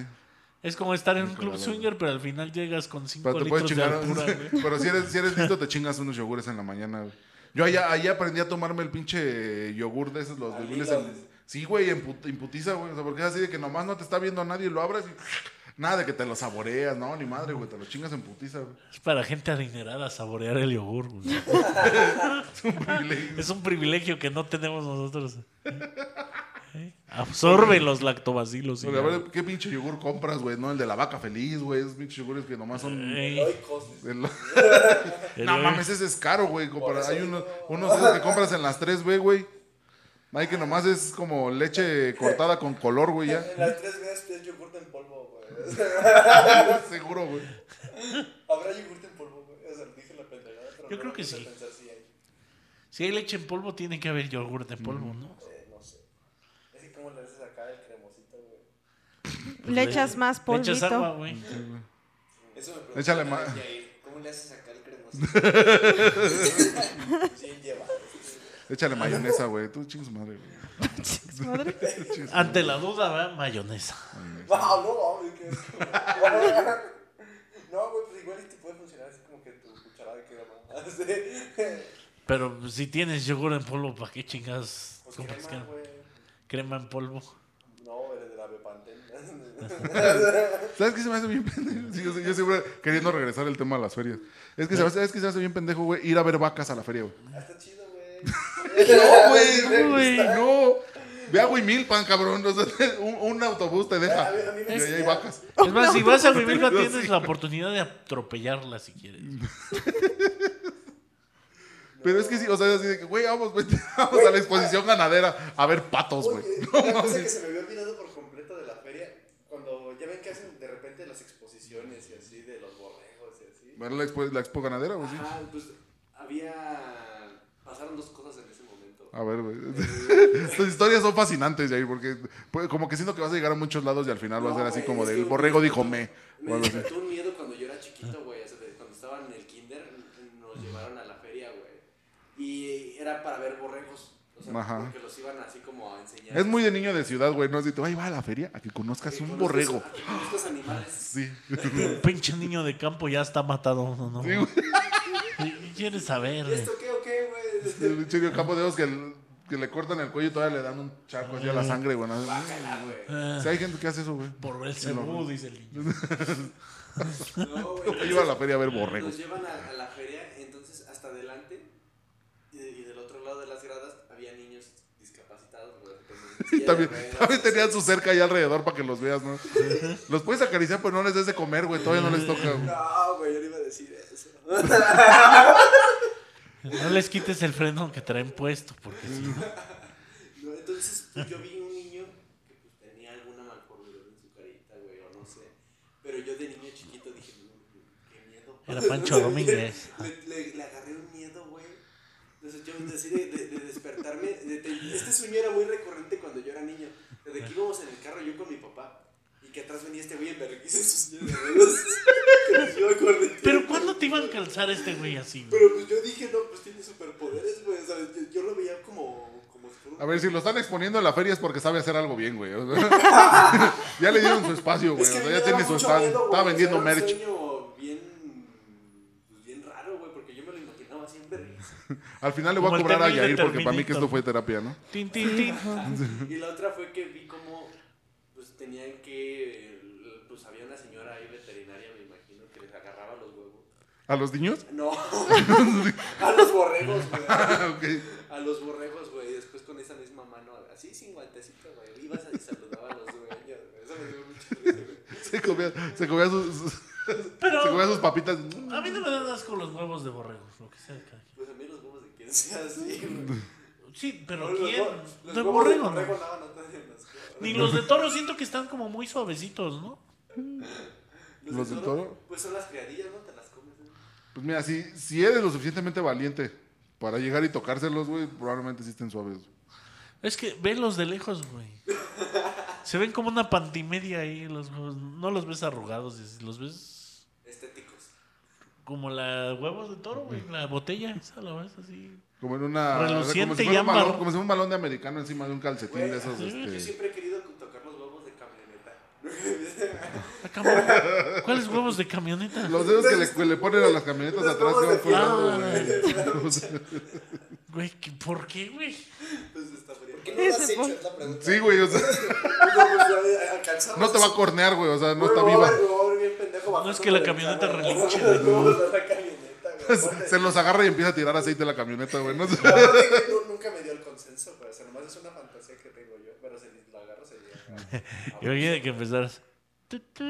A: Es como estar en un
B: Híjole,
A: club
B: la
A: swinger, pero al final llegas con
B: Pero
A: 5
B: te puedes
A: litros de
B: chingar.
A: altura, güey.
B: pero si eres, si eres listo, te chingas unos yogures en la mañana, güey. Yo allá, allá aprendí a tomarme el pinche yogur de esos, los
E: Al
B: de Willis.
E: hilo.
B: en- Sí, güey, en put- en putiza, güey. O sea, porque es así de que nomás no te está viendo a nadie, lo abres y. Nada de que te lo saboreas, no, ni madre, güey. Te lo chingas en putiza, güey.
A: Es para gente adinerada saborear el yogur, güey.
B: [LAUGHS] Es un privilegio.
A: Es un privilegio que no tenemos nosotros. ¿Eh? Absorbe los lactobacilos. y
B: Porque, Pues, a
A: ya.
B: ver, ¿qué pinche yogur compras, güey? No, el de la vaca feliz, güey. Esos pinches yogures que nomás son.
A: Ey,
E: Ay, cosas.
B: el-
A: el-
B: no mames, ese es caro, güey. compara-
E: eso
B: Hay unos, unos de esos que compras en las 3B, güey. Hay que nomás es como leche cortada con color, güey, ya.
E: [LAUGHS] En las tres veces es yogurte en polvo, güey. [LAUGHS]
B: Seguro, güey.
E: Habrá yogurte en polvo, güey. O sea, dije la pendejada, pero
A: Yo
E: no
A: creo
E: me
A: que
E: puse a
A: sí.
E: pensar si hay.
A: Si hay leche en polvo, tiene que haber yogur de polvo, ¿no?
E: Eh, no sé. Es que como le haces acá el cremosito, güey.
C: Le echas más
A: Le echas agua,
C: polvito.
A: güey.
F: Eso me preguntó
B: Échale
F: una vez
B: más.
F: Yair, ¿Cómo le haces sacar el cremoso?
E: [LAUGHS] Bien lleva.
B: Échale mayonesa, güey. Tú chingas madre, güey.
C: Chis madre.
A: [LAUGHS]
B: Chingas
A: Ante la duda, ¿verdad? Mayonesa.
E: No, no, hombre, que es- No, güey, pues igual y te puede funcionar así como que tu cucharada queda [LAUGHS] más. Así.
A: Pero pues, si tienes yogur en polvo, ¿para qué chingas
E: Pues
A: compras
E: crema,
A: crema?
E: güey.
A: crema en polvo?
E: No, eres de la Bepanten.
B: ¿Sabes qué se me hace bien pendejo? Sí, yo, yo siempre queriendo regresar el tema de las ferias. Es que, ¿sabes, ¿sabes qué se me hace bien pendejo, güey? Ir a ver vacas a la
E: [LAUGHS]
B: feria, güey.
E: Ah, [LAUGHS] Está chido, güey.
B: [LAUGHS] No, güey,
A: güey.
B: no. Ve a Huimilpan, cabrón. O sea, [LAUGHS] un, un autobús te deja.
E: A mí- a mí
B: Y
E: me
B: ahí hay
E: enseñaron-
B: vacas.
C: Oh,
A: Es más, si vas a
B: [LAUGHS]
A: vivirla,
B: Yo
A: tienes
B: sí.
A: la oportunidad de atropellarla si quieres.
B: Pero es que sí, o sea, es así de que, güey, [LAUGHS] vamos, vete, vamos a la exposición ganadera a ver patos, güey.
E: Oye,
B: No
E: una cosa que
B: mames.
E: se me había olvidado por completo de la feria, cuando ya ven que hacen de repente las exposiciones y así, de los borregos y así.
B: Ver la expo, la expo ganadera, güey, sí.
D: Ajá, pues había. Pasaron dos cosas en ese momento.
B: A ver, güey. [LAUGHS] Tus historias son fascinantes, Jair, porque pues, como que siento que vas a llegar a muchos lados y al final va a
D: No,
B: ser así
D: güey,
B: como
D: es
B: de,
D: que
B: el borrego dijo me.
D: Me
B: O algo así.
D: despertó un miedo cuando yo era chiquito, güey. o sea, de- cuando estaba en el kinder, nos llevaron a la feria, güey. Y era para ver borregos. O sea,
B: Ajá.
D: porque los iban así como a enseñar.
B: Es muy de niño de ciudad, güey. No es de, ay, va a la feria a que
D: Que
B: conozcas un
D: conozcas-
B: borrego.
D: a que conozcas animales. [LAUGHS]
B: Sí.
A: Un pinche niño de campo ya está matado. No, no.
B: Sí, güey.
A: ¿Qué quieres saber?
D: ¿Y esto qué o qué, güey?
B: El chico campo de Dios que, el- que le cortan el cuello y todavía le dan un charco así a
D: Mm.
B: la sangre, güey. ¿no?
D: Bácala, güey.
A: Ah,
B: Si hay gente que hace eso, güey.
A: por el cebú, dice el niño.
D: No, güey.
B: Yo iba a la feria a ver borregos.
D: Nos llevan a, a la feria, entonces hasta adelante y, de- y del otro lado de las gradas había niños discapacitados. güey, que tenían
B: Y
D: silla
B: [LAUGHS] también,
D: de ruedas,
B: también
D: así.
B: tenían su cerca allá alrededor para que los veas, ¿no? Los puedes acariciar, pero no les des de comer, güey. Todavía no les toca, güey.
E: No, güey, yo no iba a decir
D: eh,
E: eso.
A: No les quites el freno que traen puesto, porque si no-
D: No, entonces pues, yo vi un niño que pues, tenía alguna malformidad en su carita, güey, o no sé. Pero yo de niño chiquito dije, "No, güey, qué miedo.
A: Era Pancho Domínguez.
D: Le, le- le agarré un miedo, güey. Entonces yo decidí de, de despertarme. de- de- este sueño era muy recurrente cuando yo era niño. Desde que íbamos en el carro yo con mi papá. Y que atrás venía este güey en berriquiza en sus niños de ruedas, que [LAUGHS] nos iba corriendo.
A: Pero ¿cuándo te iban a calzar este güey así? güey?
E: Pero pues yo dije, no, pues tiene superpoderes, güey. O sea, yo, yo lo veía como, como si fuera un-
B: A ver, si lo están exponiendo en la feria es porque sabe hacer algo bien, güey. [LAUGHS] O sea, ya le dieron su espacio, güey.
E: Es que
B: o
E: a
B: sea,
E: mí me
B: ya
E: daba
B: tiene su
E: mucho
B: stand.
E: miedo, güey,
B: Estaba
E: o sea,
B: vendiendo
D: Era un
B: merch.
D: sueño bien, pues, bien raro, güey, porque yo me lo imaginaba así en berriquiza.
B: Al final le voy
A: Como
B: a
A: el
B: cobrar a
A: Terminator,
B: Yair porque para mí que esto
A: Terminator.
B: fue terapia, ¿no?
A: Tin, tin, tin.
D: Y la otra fue que vi como pues tenían que pues había una señora ahí veterinaria, me imagino, que les agarraba los huevos.
B: ¿A los niños? [LAUGHS]
D: No. a los borregos, güey.
B: Ah, ok.
D: A los borregos, güey, y después con esa misma mano, así sin guantecito, güey, ibas y saludaba a los dueños. güey. Eso me dio mucho risa, güey.
B: Se comía, se comía sus, sus-
A: Pero
B: se comía sus papitas.
A: a mí no me dan asco los huevos de borrego, lo que sea. cada quien.
D: Pues a mí los huevos de quien sea así, güey.
A: Sí, pero
D: Los
A: ¿quién?
D: huevos- los
A: De
D: huevos de
A: borrego,
D: borrego
A: ¿no?
D: no, no te hacen asco.
A: Ni los de toro siento que están como muy suavecitos, ¿no?
B: ¿Los de toro?
D: Pues son las criadillas, ¿no? Te las comes, güey.
B: Pues mira, si, si eres lo suficientemente valiente para llegar y tocárselos, güey, probablemente sí estén suaves.
A: Es que velos de lejos, güey. Se ven como una pantimedia ahí los huevos. No los ves arrugados, y así, los ves
D: Estéticos.
A: como la huevos de toro, güey. La botella, esa la ves así.
B: Como en una. o sea, como,
A: Reluciente
B: si
A: y
B: fuera un balón,
A: ámbar.
B: como si fuera un balón de americano encima de un calcetín de esos.
A: sí,
D: Yo
B: Este,
D: siempre he querido tocar los huevos de camioneta. [LAUGHS]
A: Ah, cabrón. ¿Cuáles huevos de camioneta?
B: los dedos que le, que le ponen a las camionetas
E: Los
B: atrás
E: huevos
B: que van colgando,
E: de
A: fulano.
B: güey. O sea,
A: Güey, ¿qué- ¿por qué, güey?
D: Entonces está frío.
F: ¿Por qué no lo has
C: Ese
F: hecho?
C: fue-
F: Es la pregunta.
B: Sí, güey, o sea,
E: Pues eh,
B: no te va a cornear, güey, o sea, no está viva.
A: No es que la camioneta relinche.
E: Los huevos de la camioneta, güey. Aparte,
B: Se los agarra y empieza a tirar aceite a la camioneta, güey. No sé.
E: aparte que no- nunca me dio el consenso, güey. O sea, nomás es una fantasía. sé qué tengo yo, pero si lo agarro sería.
A: [LAUGHS] Yo quería que empezaras. Tu, tu.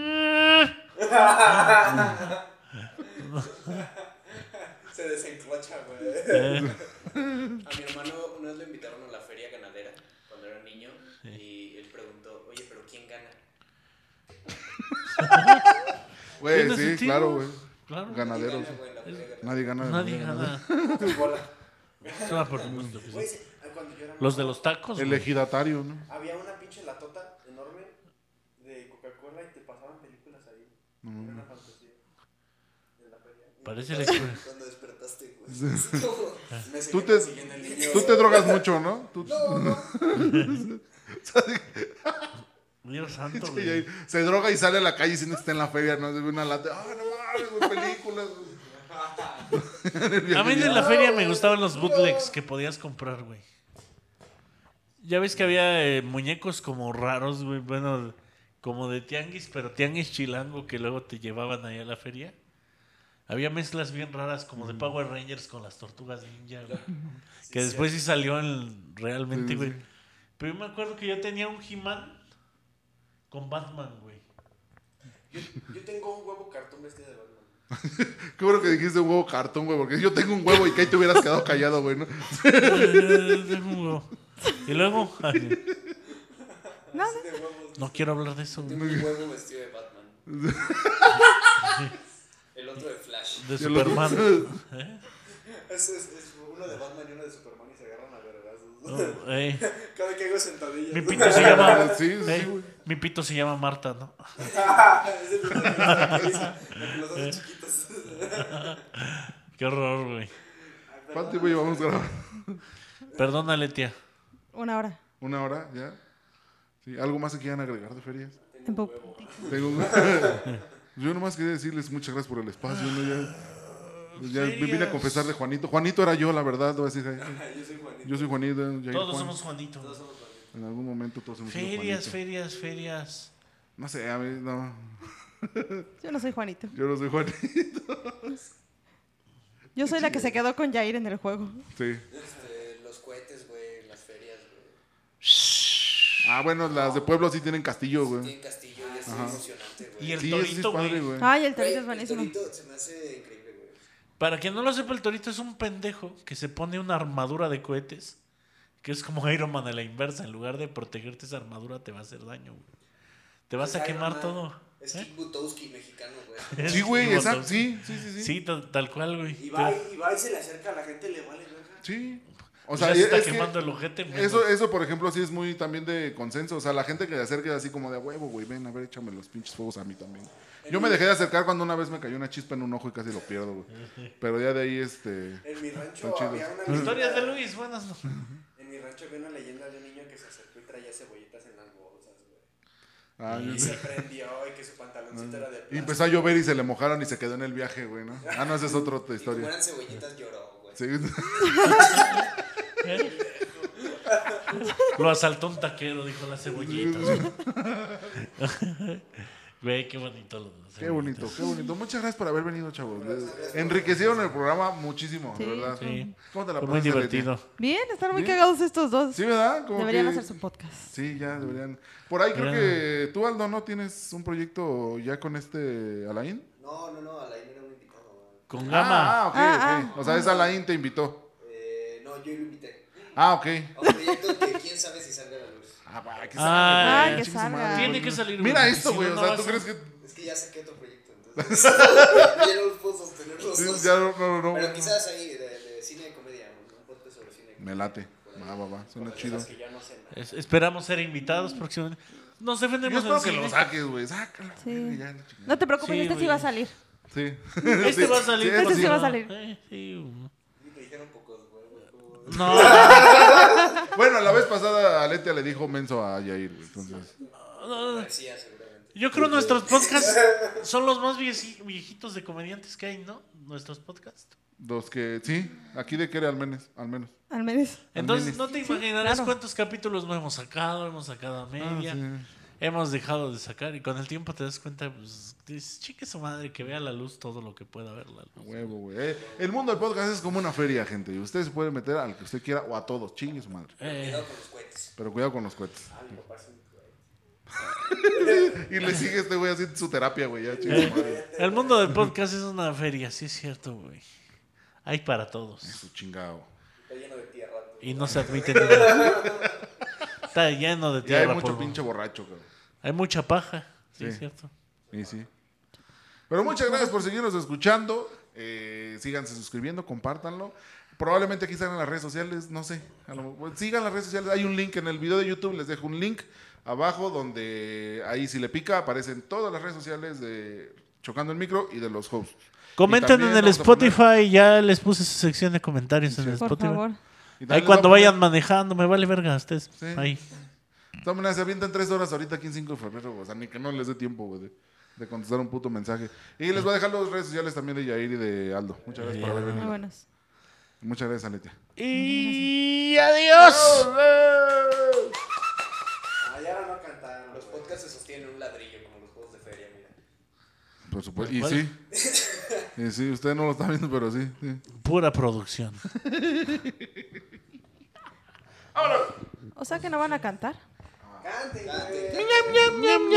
E: Se desenclocha, güey.
A: [LAUGHS] Eh,
F: A mi hermano una vez lo invitaron a la feria ganadera cuando era niño y él preguntó, oye, pero ¿quién gana?
B: Güey,
A: Tiene
B: sí,
A: sentido.
B: claro, güey.
A: Claro.
F: ¿Quién
B: Ganaderos.
F: gana, güey, en la feria [LAUGHS] ganadera?
B: Nadie gana.
A: Nadie
B: güey.
A: gana.
E: Tu bola.
A: Se va por el mundo,
E: Güey,
A: pues.
E: se- cuando yo era
A: Los de
E: morro,
A: los tacos.
B: El
A: güey.
B: ejidatario, ¿no?
E: Había una pinche latota enorme de Coca-Cola y te pasaban películas ahí. Era
B: Mm.
E: una fantasía. En la feria.
A: Parece el eje-
F: Cuando despertaste, güey. Es como-
E: Me
B: Tú
E: seguí
B: te-
E: persiguiendo el niño.
B: Tú te drogas mucho, ¿no? Tú-
F: No, no.
A: Dios
B: [LAUGHS]
A: santo,
B: [LAUGHS] Y ahí
A: güey.
B: se droga y sale a la calle diciendo que está en la feria, ¿no? Se ve una lata. Ah, no mames, güey, películas.
A: [LAUGHS] A mí en la feria me gustaban los bootlegs que podías comprar, güey. Ya ves que había eh, muñecos como raros, güey. Bueno, como de tianguis, pero tianguis chilango que luego te llevaban ahí a la feria. Había mezclas bien raras como
B: Mm.
A: de Power Rangers con las tortugas ninja, güey. Que después sí salió en- realmente,
B: Sí,
A: güey.
B: sí.
A: Pero yo me acuerdo que yo tenía un He-Man con Batman,
B: [LAUGHS]
A: güey. [LAUGHS]
E: Yo tengo un huevo cartón vestido de Batman.
B: Qué bueno que dijiste un huevo cartón, güey, porque yo tengo un huevo y que ahí te hubieras quedado callado, güey, ¿no?
A: y luego, ay,
C: Nada.
E: De huevos.
A: no quiero hablar de eso,
F: Tengo
A: güey.
F: un huevo vestido de Batman. El otro de Flash.
A: De
B: Yo lo-
A: Superman. ¿Eh?
E: Es, es, es uno de Batman y uno de Superman y se agarran a vergazos.
A: No, eh,
E: [LAUGHS] Cada que hago sentadillas.
F: [LAUGHS]
A: Mi pito se llama.
B: Sí, sí,
A: eh,
B: güey.
A: mi pito se llama Marta, ¿no?
E: [LAUGHS] es el personaje que hizo, el que los
A: Eh.
E: hace chiquitos. [LAUGHS]
A: Qué horror, güey.
B: ¿Cuánto tiempo llevamos grabando?
A: Perdónale, tía.
C: Una hora.
B: ¿Una hora ya? Sí, ¿Algo más que quieran agregar de ferias?
C: Tampoco-
B: Tengo un- [LAUGHS] Yo nomás quería decirles muchas gracias por el espacio, ¿no? Ya, pues ya me vine
A: Ferias.
B: a confesar de Juanito. Juanito era yo, la verdad, lo voy a decir. ahí.
E: Yo soy Juanito.
B: Yo soy Juanito. Jair
A: Todos
B: Juan.
A: somos Juanito.
B: En algún momento todos hemos sido
A: Ferias,
B: Juanito.
A: ferias, ferias.
B: No sé, a mí no.
C: Yo no soy Juanito.
B: Yo no soy Juanito. [LAUGHS]
C: Yo soy la que se quedó con Jair en el juego.
B: Sí.
F: Este, los cohetes, güey, las ferias, güey.
B: Ah, bueno, las de pueblo sí tienen castillo, güey.
F: Tienen castillo y es emocionante, güey.
A: Y el
B: Sí, sí es
A: torito,
B: padre,
A: güey.
B: güey.
C: Ay, el
F: Güey,
C: torito es buenísimo.
F: El torito se me hace increíble, güey.
A: Para quien no lo sepa, el torito es un pendejo que se pone una armadura de cohetes. Que es como Iron Man a la inversa. En lugar de protegerte esa armadura, te va a hacer daño, güey. Te vas a
F: Pues, Iron
A: quemar
F: Man.
A: todo.
F: Es
A: ¿Eh?
F: Kick Butowski mexicano,
A: [LAUGHS]
F: güey.
B: Sí, güey,
A: Timothy.
B: exacto. Sí, sí, sí. Sí.
A: Sí, tal, tal cual, güey. Te-
E: Y va, y va y se le acerca a la gente, le vale verga.
B: Sí. O
A: pues
B: sea,
A: ya se
B: es
A: está
B: que
A: quemando el ojete. menos.
B: eso, eso, por ejemplo, sí es muy también de consenso. O sea, la gente que se acerca es así como de "A huevo, güey, ven, a ver, échame los pinches fuegos a mí también. Yo me dejé de acercar cuando una vez me cayó una chispa en un ojo y casi lo pierdo,
A: [LAUGHS]
B: güey. Pero ya de ahí, este...
E: En mi rancho
B: Están
A: Mm.
B: chidos.
E: había una
A: Historias de
E: leyenda.
A: Luis, buenas. no-
E: En mi rancho había una leyenda de un niño que se acercó y traía cebollitas en las bolsas, güey.
B: ah, yo-
A: Mm.
E: Y se prendió y que su pantaloncito era de
B: y
E: plástico.
B: empezó a llover y se le mojaron y se quedó en el viaje, güey, ¿no? Ah, no, esa es otra otra
F: Y como
B: historia.
F: eran cebollitas lloró, güey.
B: Sí. [LAUGHS]
A: ¿Eh? Lo asaltó un taquero, dijo la cebollita. [LAUGHS] Güey, qué bonito lo de las
B: Qué
A: cebollitas.
B: bonito, qué bonito. Muchas gracias por haber venido, chavos. Les- Enriquecieron el programa muchísimo,
C: Sí.
B: de verdad.
A: Sí.
B: ¿Cómo te la
A: Fue muy
B: pasaste,
A: divertido.
C: Bien, están muy
B: Bien.
C: cagados estos dos.
B: Leti? Sí, ¿verdad? Como
C: Deberían
B: que-
C: hacer su podcast.
B: Sí, ya deberían. Por ahí creo
A: Era-
B: que tú, Aldo, ¿no tienes un proyecto ya con este Alain?
F: No, no, no, Alain era un invitado, güey.
A: Con gama.
B: Ah, ok,
C: Ah,
B: ok.
C: ah.
B: o sea, es Alain te invitó.
F: Eh, no, yo lo invité.
B: Ah, ok. [LAUGHS]
F: A un proyecto que quién sabe si salga a la luz.
B: Ah, va, que
A: Ah,
B: güey,
C: que
B: chingue su madre,
C: salga.
A: Tiene
B: güey.
A: que salir,
B: Mira
A: güey,
B: esto,
A: si
B: güey.
A: no,
B: o
A: no
B: sea,
A: vas
B: ¿tú
A: a-
B: crees que.?
F: Es que ya saqué otro proyecto,
B: [LAUGHS]
F: entonces. ya no los puedo sostener los
B: sí,
F: dos.
B: ya no, no, no.
F: Pero quizás ahí, de, de cine de comedia, un- un podcast sobre cine de
B: Me
F: comedia.
B: late. Va, va, va. Suena chido.
E: Que ya no sé nada.
A: Es- esperamos ser invitados próximamente. Nos
B: Yo
A: defendemos
B: espero
A: en
B: que lo
A: cine.
B: saques, güey. Sácalo.
C: Sí.
B: güey, ya, la
A: [LAUGHS]
B: chingada.
C: No te preocupes,
A: Sí,
C: este sí
A: güey.
C: va a salir.
B: Sí.
A: Este
B: Sí,
A: va a salir.
B: sí, eso
C: Este sí
B: sí.
C: va a salir.
A: Eh, sí.
F: Y te dijeron pocos, güey, güey, como- [LAUGHS]
A: No,
B: Bueno, la vez pasada Aletia le dijo menso a Yair, güey. Entonces.
A: no, no.
F: Parecía, seguramente.
A: yo creo nuestros podcasts son los más vieci- viejitos de comediantes que hay, ¿no? Nuestros podcasts.
B: Los que. Sí, aquí de Kere al menos. Al menos.
C: Al menos.
A: Entonces,
B: menos.
A: no te imaginarás
C: claro.
A: cuántos capítulos no hemos sacado, hemos sacado a
B: Ah,
A: media.
B: sí.
A: hemos dejado de sacar. Y con el tiempo te das cuenta, pues, dices, chique su madre, que vea la luz todo lo que pueda ver la luz.
B: Huevo, güey. Eh, El mundo del podcast es como una feria, gente. Y ustedes se pueden meter al que usted quiera o a todos. Chingue su madre.
A: Eh,
F: Cuidado con los cohetes.
B: Pero cuidado con los cohetes.
E: Ah, mi papá es un güey.
B: [LAUGHS] y le sigue este güey haciendo su terapia, güey. Ya, chingue su madre.
A: el mundo del podcast es una feria, sí es cierto, güey. Hay para todos.
B: Su chingado.
E: Está lleno de tierra.
F: pues.
E: tú.
A: Y no se admite nada. Está lleno de
B: Ya
A: tierra.
B: hay mucho
A: polvo.
B: pinche borracho, cabrón.
A: Hay mucha paja, sí,
B: Sí.
A: es cierto.
B: Y sí. Pero muchas gracias por seguirnos escuchando. Eh, síganse suscribiendo, compártanlo. Probablemente aquí están en las redes sociales, no sé. A lo mejor- sigan las redes sociales. Hay un link en el video de YouTube, les dejo un link abajo donde ahí si le pica aparecen todas las redes sociales de Chocando el Micro y de los hosts.
A: Comenten
B: también
A: en el
B: vamos a poner-
A: Spotify, ya les puse su sección de comentarios en el
C: Por
A: Spotify.
C: favor.
B: Y también
A: Ahí
B: les
A: cuando
B: voy a
A: vayan
B: poner-
A: manejando, me vale verga ustedes.
B: Sí.
A: Ahí.
B: De todas maneras, se avientan tres horas ahorita aquí en 5 de febrero, güey. o sea, ni que no les dé tiempo, güey, de, de contestar un puto mensaje. Y les voy a dejar las redes sociales también de Yair y de Aldo. Muchas gracias por haber
C: Muy
B: venido.
C: buenos.
B: Muchas gracias, Aletia.
A: Y adiós.
E: Ah, ya no cantaron.
F: Los podcasts se sostienen en un ladrillo, como los juegos de feria, mira.
B: Por supuesto. Y
A: ¿Cuál?
B: sí. [LAUGHS] Y sí, usted no lo está viendo, pero sí. sí.
A: Pura producción.
C: O sea que no van a cantar.
E: Canten, güey.